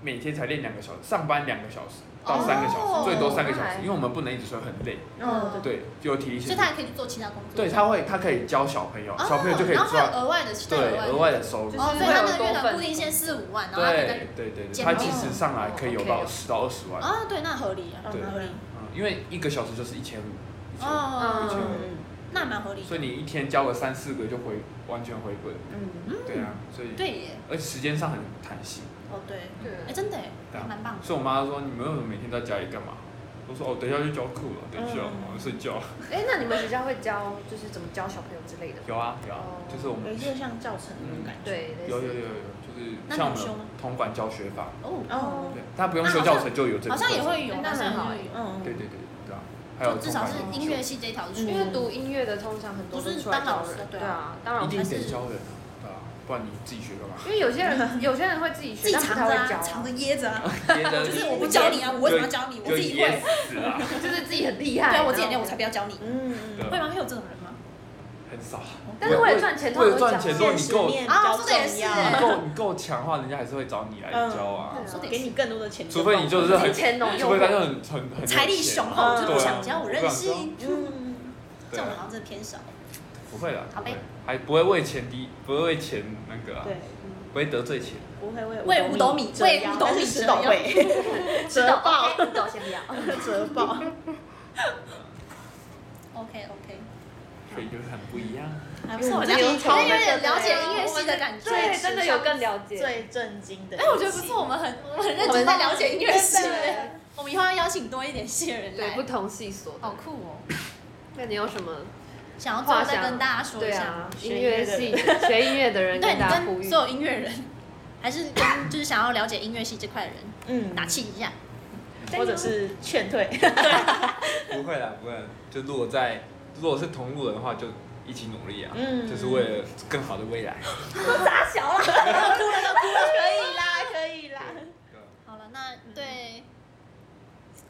[SPEAKER 7] 每天才练两个小时，上班两个小时到三个小时，
[SPEAKER 3] 哦
[SPEAKER 7] 最多三个小
[SPEAKER 2] 那还
[SPEAKER 7] 时，因为我们不能一直说很累，
[SPEAKER 4] 嗯，
[SPEAKER 7] 对，就有体力
[SPEAKER 3] 所以
[SPEAKER 7] 限
[SPEAKER 3] 他
[SPEAKER 7] 制。
[SPEAKER 3] 还可以去做其他工作。
[SPEAKER 7] 对，他会他可以教小朋友，
[SPEAKER 3] 哦，
[SPEAKER 7] 小朋友就可以
[SPEAKER 3] 然后还有
[SPEAKER 7] 赚
[SPEAKER 3] 额外的其他
[SPEAKER 7] 对额
[SPEAKER 3] 额
[SPEAKER 7] 外
[SPEAKER 3] 外的。
[SPEAKER 7] 的收入
[SPEAKER 2] 就。
[SPEAKER 3] 哦，
[SPEAKER 2] 是
[SPEAKER 3] 所以他
[SPEAKER 2] 会有
[SPEAKER 3] 的乐
[SPEAKER 2] 多
[SPEAKER 3] 团
[SPEAKER 2] 份
[SPEAKER 3] 固定限四五万，然后他可以再
[SPEAKER 7] 对对对对，
[SPEAKER 3] 减
[SPEAKER 7] 他
[SPEAKER 3] 掉
[SPEAKER 7] 即使上来可以有
[SPEAKER 2] 哦
[SPEAKER 7] 到
[SPEAKER 2] ，OK
[SPEAKER 7] 十到二十万，
[SPEAKER 3] 哦，对，那合理啊。
[SPEAKER 4] 嗯
[SPEAKER 7] 对
[SPEAKER 4] 合理
[SPEAKER 7] 嗯，因为一个小时就是一千五，一千五。
[SPEAKER 3] 哦，
[SPEAKER 7] 嗯
[SPEAKER 2] 嗯，
[SPEAKER 3] 那蛮合理
[SPEAKER 7] 所
[SPEAKER 3] 的。
[SPEAKER 7] 以你一天教个三四个就回完全回归，
[SPEAKER 4] 嗯，
[SPEAKER 7] 对啊，所以
[SPEAKER 3] 对耶，
[SPEAKER 7] 而且时间上很弹性。
[SPEAKER 3] 哦对，哎
[SPEAKER 2] 对，
[SPEAKER 3] 真的耶，
[SPEAKER 7] 对啊
[SPEAKER 3] 蛮棒的。
[SPEAKER 7] 所以我妈说你们为什么每天在家里干嘛？我说哦，等一下就教课了，等一下
[SPEAKER 4] 嗯
[SPEAKER 7] 我要睡觉。
[SPEAKER 2] 哎，那你们学校会教就是怎么教小朋友之类的吗？
[SPEAKER 7] 有啊有
[SPEAKER 2] 哦，
[SPEAKER 7] 啊就是我
[SPEAKER 4] 有
[SPEAKER 7] 们
[SPEAKER 4] 一些像教程那种感觉。
[SPEAKER 2] 对，类似
[SPEAKER 7] 有有有有，有，就是
[SPEAKER 3] 那
[SPEAKER 7] 像我
[SPEAKER 3] 你有修
[SPEAKER 7] 们
[SPEAKER 3] 吗
[SPEAKER 7] 同管教学法，
[SPEAKER 3] 哦，
[SPEAKER 4] 哦，
[SPEAKER 7] 对，他不用修
[SPEAKER 3] 那好像
[SPEAKER 7] 教程就有这个，
[SPEAKER 3] 好像也，会有，
[SPEAKER 2] 哎那
[SPEAKER 3] 好像
[SPEAKER 2] 很好
[SPEAKER 3] 也会有。
[SPEAKER 4] 嗯，
[SPEAKER 7] 对对对对啊，还有
[SPEAKER 3] 就至少是
[SPEAKER 7] 同管
[SPEAKER 3] 音乐系这一条是出
[SPEAKER 2] 因为读音乐的通常很多
[SPEAKER 3] 不是
[SPEAKER 2] 都出来
[SPEAKER 3] 当老
[SPEAKER 2] 教
[SPEAKER 3] 师
[SPEAKER 2] 人
[SPEAKER 3] 对啊
[SPEAKER 2] 对啊，当
[SPEAKER 7] 一
[SPEAKER 2] 然
[SPEAKER 3] 还
[SPEAKER 7] 定得
[SPEAKER 3] 是
[SPEAKER 7] 教人啊，对啊，不然你自己学 干嘛？
[SPEAKER 2] 因为有些人有些人会自己
[SPEAKER 3] 自
[SPEAKER 2] 学，
[SPEAKER 3] 己
[SPEAKER 2] 但不
[SPEAKER 3] 藏
[SPEAKER 2] 太
[SPEAKER 3] 着
[SPEAKER 2] 会
[SPEAKER 3] 啊，
[SPEAKER 2] 教，
[SPEAKER 3] 藏着掖着 啊，
[SPEAKER 7] 别的
[SPEAKER 3] 就是我不教你啊，我为什么要教你？我
[SPEAKER 7] 就
[SPEAKER 3] 自己会
[SPEAKER 7] 噎，死 啊，
[SPEAKER 2] 就是自己很厉害。
[SPEAKER 3] 对啊，我自己
[SPEAKER 2] 然
[SPEAKER 3] 练，
[SPEAKER 2] 后
[SPEAKER 3] 我才不要教你。
[SPEAKER 4] 嗯
[SPEAKER 7] 对
[SPEAKER 3] 会吗？会有这种人吗？
[SPEAKER 7] 很少。
[SPEAKER 2] 但是为了赚钱，他
[SPEAKER 7] 为
[SPEAKER 2] 们
[SPEAKER 7] 了
[SPEAKER 2] 会
[SPEAKER 7] 赚
[SPEAKER 2] 讲
[SPEAKER 7] 钱，如
[SPEAKER 2] 啊。
[SPEAKER 7] 果你
[SPEAKER 4] 现实
[SPEAKER 7] 够
[SPEAKER 4] 面
[SPEAKER 7] 你
[SPEAKER 4] 比较重
[SPEAKER 3] 啊说的也
[SPEAKER 4] 要，
[SPEAKER 3] 是
[SPEAKER 7] 够你够强的话，人家还是会找你来
[SPEAKER 3] 嗯
[SPEAKER 7] 教啊。
[SPEAKER 2] 对啊
[SPEAKER 3] 说得也
[SPEAKER 4] 给你更多的钱。
[SPEAKER 7] 除非你 就是
[SPEAKER 2] 金
[SPEAKER 7] 很，
[SPEAKER 2] 钱 农又
[SPEAKER 7] 除非他就很很很有
[SPEAKER 3] 财力
[SPEAKER 7] 钱
[SPEAKER 3] 雄
[SPEAKER 7] 啊
[SPEAKER 3] 厚，我就不
[SPEAKER 7] 对啊
[SPEAKER 3] 想教，我任性。
[SPEAKER 7] 啊
[SPEAKER 4] 嗯，
[SPEAKER 3] 这
[SPEAKER 7] 对
[SPEAKER 3] 种人
[SPEAKER 7] 啊，
[SPEAKER 3] 好像真的偏少。
[SPEAKER 7] 不会啦，
[SPEAKER 3] 好
[SPEAKER 7] 不
[SPEAKER 3] 呗
[SPEAKER 7] 会还不会为钱低，不会为钱那个啊，
[SPEAKER 4] 对，
[SPEAKER 7] 不会得罪钱。
[SPEAKER 4] 不会为
[SPEAKER 3] 为五斗米
[SPEAKER 4] 折腰
[SPEAKER 3] 为五斗米
[SPEAKER 4] 但是
[SPEAKER 3] 折
[SPEAKER 4] 斗
[SPEAKER 3] 腰
[SPEAKER 4] 会
[SPEAKER 2] 知道爆，知道先不要。
[SPEAKER 4] 折爆。
[SPEAKER 3] OK OK，
[SPEAKER 7] 所以就是很不一样。
[SPEAKER 3] 还不错，
[SPEAKER 4] 我
[SPEAKER 3] 我
[SPEAKER 4] 们
[SPEAKER 3] 嗯有
[SPEAKER 4] 有从
[SPEAKER 3] 有
[SPEAKER 4] 那
[SPEAKER 3] 点
[SPEAKER 4] 个
[SPEAKER 3] 了解音乐啊系的感觉。
[SPEAKER 2] 对，真的有更了解。
[SPEAKER 4] 最震惊的一集，
[SPEAKER 3] 哎，我觉得不错，我们很我们很认真在了解音乐系。我们以后要邀请多一点系的人
[SPEAKER 2] 对，
[SPEAKER 3] 来
[SPEAKER 2] 不，同系所。
[SPEAKER 3] 好酷哦！
[SPEAKER 2] 那你有什么？
[SPEAKER 3] 想要最后再跟大家说一
[SPEAKER 2] 对
[SPEAKER 3] 下
[SPEAKER 2] 啊，，
[SPEAKER 4] 学
[SPEAKER 2] 音
[SPEAKER 4] 音
[SPEAKER 2] 乐
[SPEAKER 4] 乐的
[SPEAKER 2] 系学音乐的人
[SPEAKER 3] 对
[SPEAKER 2] 跟
[SPEAKER 3] 你
[SPEAKER 2] 大家呼
[SPEAKER 3] 跟
[SPEAKER 2] 吁
[SPEAKER 3] 所，有音乐人， 还是跟 就是想要了解音乐系这块的人
[SPEAKER 4] 嗯，
[SPEAKER 3] 打气一下。
[SPEAKER 4] 或者是劝 退，
[SPEAKER 7] 不会啦，不会啦。就如果在，如果是同路人的话，就一起努力啊，
[SPEAKER 4] 嗯
[SPEAKER 7] 就是为了更好的未来。
[SPEAKER 4] 可以啦，可以啦。
[SPEAKER 3] 好了，那对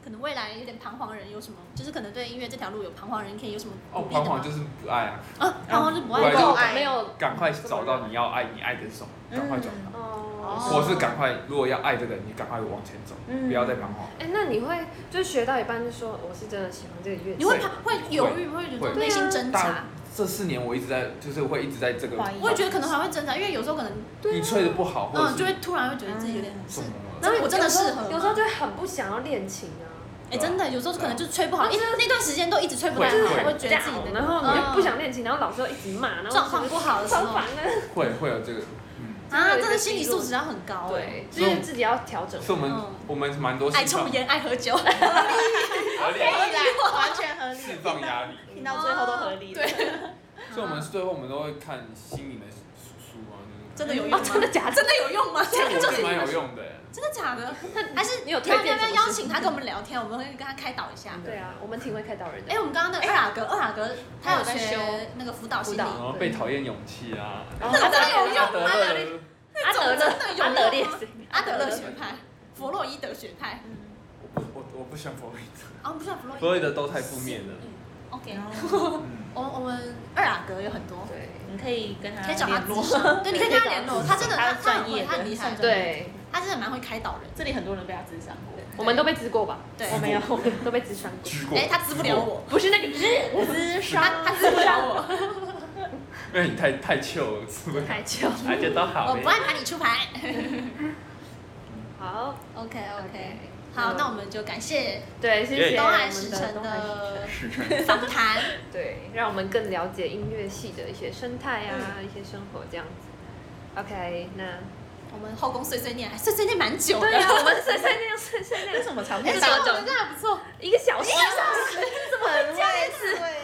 [SPEAKER 3] 可能未来有点彷徨人有什么，就是可能对音乐这条路有彷徨人，可以有什么
[SPEAKER 7] 哦
[SPEAKER 3] 鼓，励的
[SPEAKER 7] 彷
[SPEAKER 3] 吗
[SPEAKER 7] 徨就是不爱啊，
[SPEAKER 3] 啊，彷徨就不
[SPEAKER 7] 不
[SPEAKER 3] 爱
[SPEAKER 7] 然
[SPEAKER 3] 动
[SPEAKER 7] 就
[SPEAKER 2] 没有
[SPEAKER 7] 赶快找到你要爱你爱的手，
[SPEAKER 3] 嗯
[SPEAKER 7] 赶快转行。
[SPEAKER 2] 哦。
[SPEAKER 3] 哦
[SPEAKER 7] 或是赶快，如果要爱这个人，你赶快往前走，
[SPEAKER 4] 嗯
[SPEAKER 7] 不要再彷徨。
[SPEAKER 2] 哎，那你会就学到一半就说我是真的喜欢这个乐器
[SPEAKER 3] 你，会怕会犹豫，会觉得
[SPEAKER 7] 会
[SPEAKER 3] 内心挣
[SPEAKER 7] 大
[SPEAKER 3] 扎，
[SPEAKER 7] 这四年我一直在，就是会一直在这个，
[SPEAKER 4] 怀疑
[SPEAKER 3] 我也觉得可能还会挣扎，因为有时候可能
[SPEAKER 7] 你吹的不好，或者
[SPEAKER 3] 嗯，
[SPEAKER 7] 是
[SPEAKER 3] 就会突然会觉得自己有点是
[SPEAKER 7] 什么，
[SPEAKER 2] 然后你
[SPEAKER 3] 我真的
[SPEAKER 2] 有时候
[SPEAKER 3] 适合吗啊
[SPEAKER 2] 有时候就会很不想要练琴啊，
[SPEAKER 3] 哎，真的有时候可能就吹不好，因为那段时间都一直吹不
[SPEAKER 7] 会
[SPEAKER 3] 太好，
[SPEAKER 7] 会
[SPEAKER 3] 啊会觉得自己
[SPEAKER 2] 这样
[SPEAKER 3] 的嗯
[SPEAKER 2] 然后你又不想练琴，然后老师又一直骂，然后
[SPEAKER 3] 状况不好的时
[SPEAKER 2] 超
[SPEAKER 3] 候
[SPEAKER 2] 烦的。
[SPEAKER 7] 会会有这个，嗯，
[SPEAKER 3] 啊，真的心理素质要很高，哎，
[SPEAKER 2] 对，就是自己要调整。
[SPEAKER 7] 所以我们
[SPEAKER 3] 嗯
[SPEAKER 7] 我们蛮多
[SPEAKER 3] 爱
[SPEAKER 7] 释
[SPEAKER 3] 抽
[SPEAKER 7] 放
[SPEAKER 3] 烟，爱喝酒，
[SPEAKER 7] 合理
[SPEAKER 4] 可以啦，完全合
[SPEAKER 7] 释
[SPEAKER 4] 理，
[SPEAKER 7] 放压力，
[SPEAKER 4] 听
[SPEAKER 2] 哦
[SPEAKER 4] 到最后都合理了。
[SPEAKER 3] 哦
[SPEAKER 4] 对，
[SPEAKER 3] 嗯
[SPEAKER 7] 所以我们最后我们都会看心理的书啊，就
[SPEAKER 3] 真
[SPEAKER 7] 是
[SPEAKER 3] 的有用吗？
[SPEAKER 2] 哦真的假的？
[SPEAKER 3] 真的有用吗？这个
[SPEAKER 7] 我
[SPEAKER 3] 就
[SPEAKER 7] 觉
[SPEAKER 3] 是
[SPEAKER 7] 得蛮有用的，
[SPEAKER 3] 真的假的？还是
[SPEAKER 2] 你有推
[SPEAKER 3] 要不
[SPEAKER 2] 荐
[SPEAKER 3] 要
[SPEAKER 2] 什
[SPEAKER 3] 不
[SPEAKER 2] 么
[SPEAKER 3] 要邀请他跟我们聊天？我们会跟他开导一下。
[SPEAKER 2] 对啊，我们挺会开导人的。
[SPEAKER 3] 哎，我们刚刚那个二阿哥，二阿哥他有学那个辅导心理
[SPEAKER 2] 辅，
[SPEAKER 7] 然
[SPEAKER 2] 导
[SPEAKER 7] 后哦被讨厌勇气啊，
[SPEAKER 2] 然后
[SPEAKER 3] 那个真的
[SPEAKER 2] 啊
[SPEAKER 3] 有
[SPEAKER 7] 阿德
[SPEAKER 3] 用吗？
[SPEAKER 7] 勒，
[SPEAKER 2] 阿德勒，阿德烈斯，
[SPEAKER 3] 阿德勒学派，弗洛伊德学派，
[SPEAKER 4] 嗯
[SPEAKER 7] 我我我不喜欢弗洛伊德，
[SPEAKER 3] 啊，不是弗洛伊
[SPEAKER 7] 弗
[SPEAKER 3] 德
[SPEAKER 7] 洛伊德都太负面了，
[SPEAKER 3] ，OK，
[SPEAKER 4] 然后
[SPEAKER 7] 嗯，
[SPEAKER 3] 我我们二阿哥有很多，
[SPEAKER 2] 对
[SPEAKER 4] 你可以跟他
[SPEAKER 3] 可以找他
[SPEAKER 4] 联
[SPEAKER 3] 咨
[SPEAKER 4] 络，
[SPEAKER 3] 询，对，你可以跟他啊联络，他真的
[SPEAKER 4] 他
[SPEAKER 3] 他
[SPEAKER 4] 是
[SPEAKER 3] 他
[SPEAKER 4] 专业的
[SPEAKER 3] 很他很厉害，
[SPEAKER 2] 对，
[SPEAKER 3] 他真的蛮会开导人，
[SPEAKER 4] 这里很多人被他智商过，
[SPEAKER 2] 我们都被治过吧？
[SPEAKER 3] 对，
[SPEAKER 4] 我没有，
[SPEAKER 2] 都被智商过，
[SPEAKER 7] 鞠过，
[SPEAKER 3] 哎，他治不了我，
[SPEAKER 2] 不是那个治，
[SPEAKER 4] 智
[SPEAKER 3] 他他治不啊了我，
[SPEAKER 7] 因为你太太糗了，是不是？
[SPEAKER 2] 太久。
[SPEAKER 7] 而且都好
[SPEAKER 3] 我不
[SPEAKER 7] 嘞。
[SPEAKER 3] 爱拿你出牌
[SPEAKER 2] 好，
[SPEAKER 3] ，OK OK，好，那我们就感谢
[SPEAKER 2] 对，谢谢
[SPEAKER 3] 东
[SPEAKER 2] 我
[SPEAKER 3] 海
[SPEAKER 2] 们
[SPEAKER 3] 石
[SPEAKER 2] 的
[SPEAKER 3] 城
[SPEAKER 2] 东海石
[SPEAKER 3] 的
[SPEAKER 7] 是成
[SPEAKER 3] 访谈。
[SPEAKER 2] 对，让我们更了解音乐系的一些生态啊，一些生活这样子。OK，那
[SPEAKER 3] 我们后宫碎碎念，哎碎碎念蛮久的。
[SPEAKER 2] 对 啊，我们碎碎念碎碎
[SPEAKER 4] 为
[SPEAKER 2] 念
[SPEAKER 4] 什么长
[SPEAKER 3] 哎，
[SPEAKER 4] 篇
[SPEAKER 3] 这
[SPEAKER 4] 大
[SPEAKER 3] 个
[SPEAKER 4] 论？
[SPEAKER 3] 我们这还不错，
[SPEAKER 2] 一个小时，这么很会
[SPEAKER 4] 对，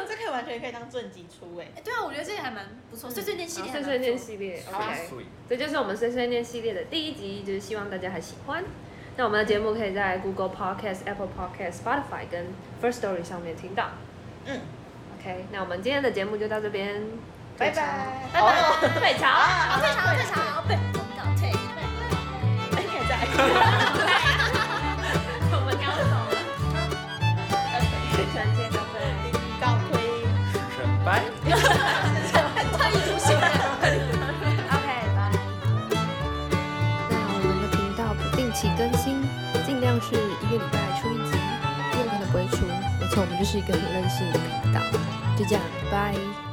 [SPEAKER 4] 哎，这可以完全可以当正集出哎。
[SPEAKER 3] 哎，对啊，我觉得这个还蛮不错，碎碎念系列，
[SPEAKER 2] 碎碎念，系列，OK。这就是我们碎碎念系列的第一集，就是希望大家还喜欢。那我们的节目可以在 Google Podcast、Apple Podcast、Spotify 跟 First Story 上面听到。
[SPEAKER 4] 嗯
[SPEAKER 2] ，OK，那我们今天的节目就到这边，
[SPEAKER 4] 拜拜，哦
[SPEAKER 2] 拜拜， 退潮。
[SPEAKER 3] 好退场，退 场，被我们搞退，
[SPEAKER 4] 拜拜，再见。
[SPEAKER 2] 我们刚走了。
[SPEAKER 6] 呃
[SPEAKER 2] 三千个分。
[SPEAKER 4] 告推。
[SPEAKER 7] 成败。
[SPEAKER 3] 特意出现。
[SPEAKER 1] 那我们的频道不定期更新，尽量是一个礼拜出一集，尽可能不会出。没错，我们就是一个很任性的频道。就这样，拜。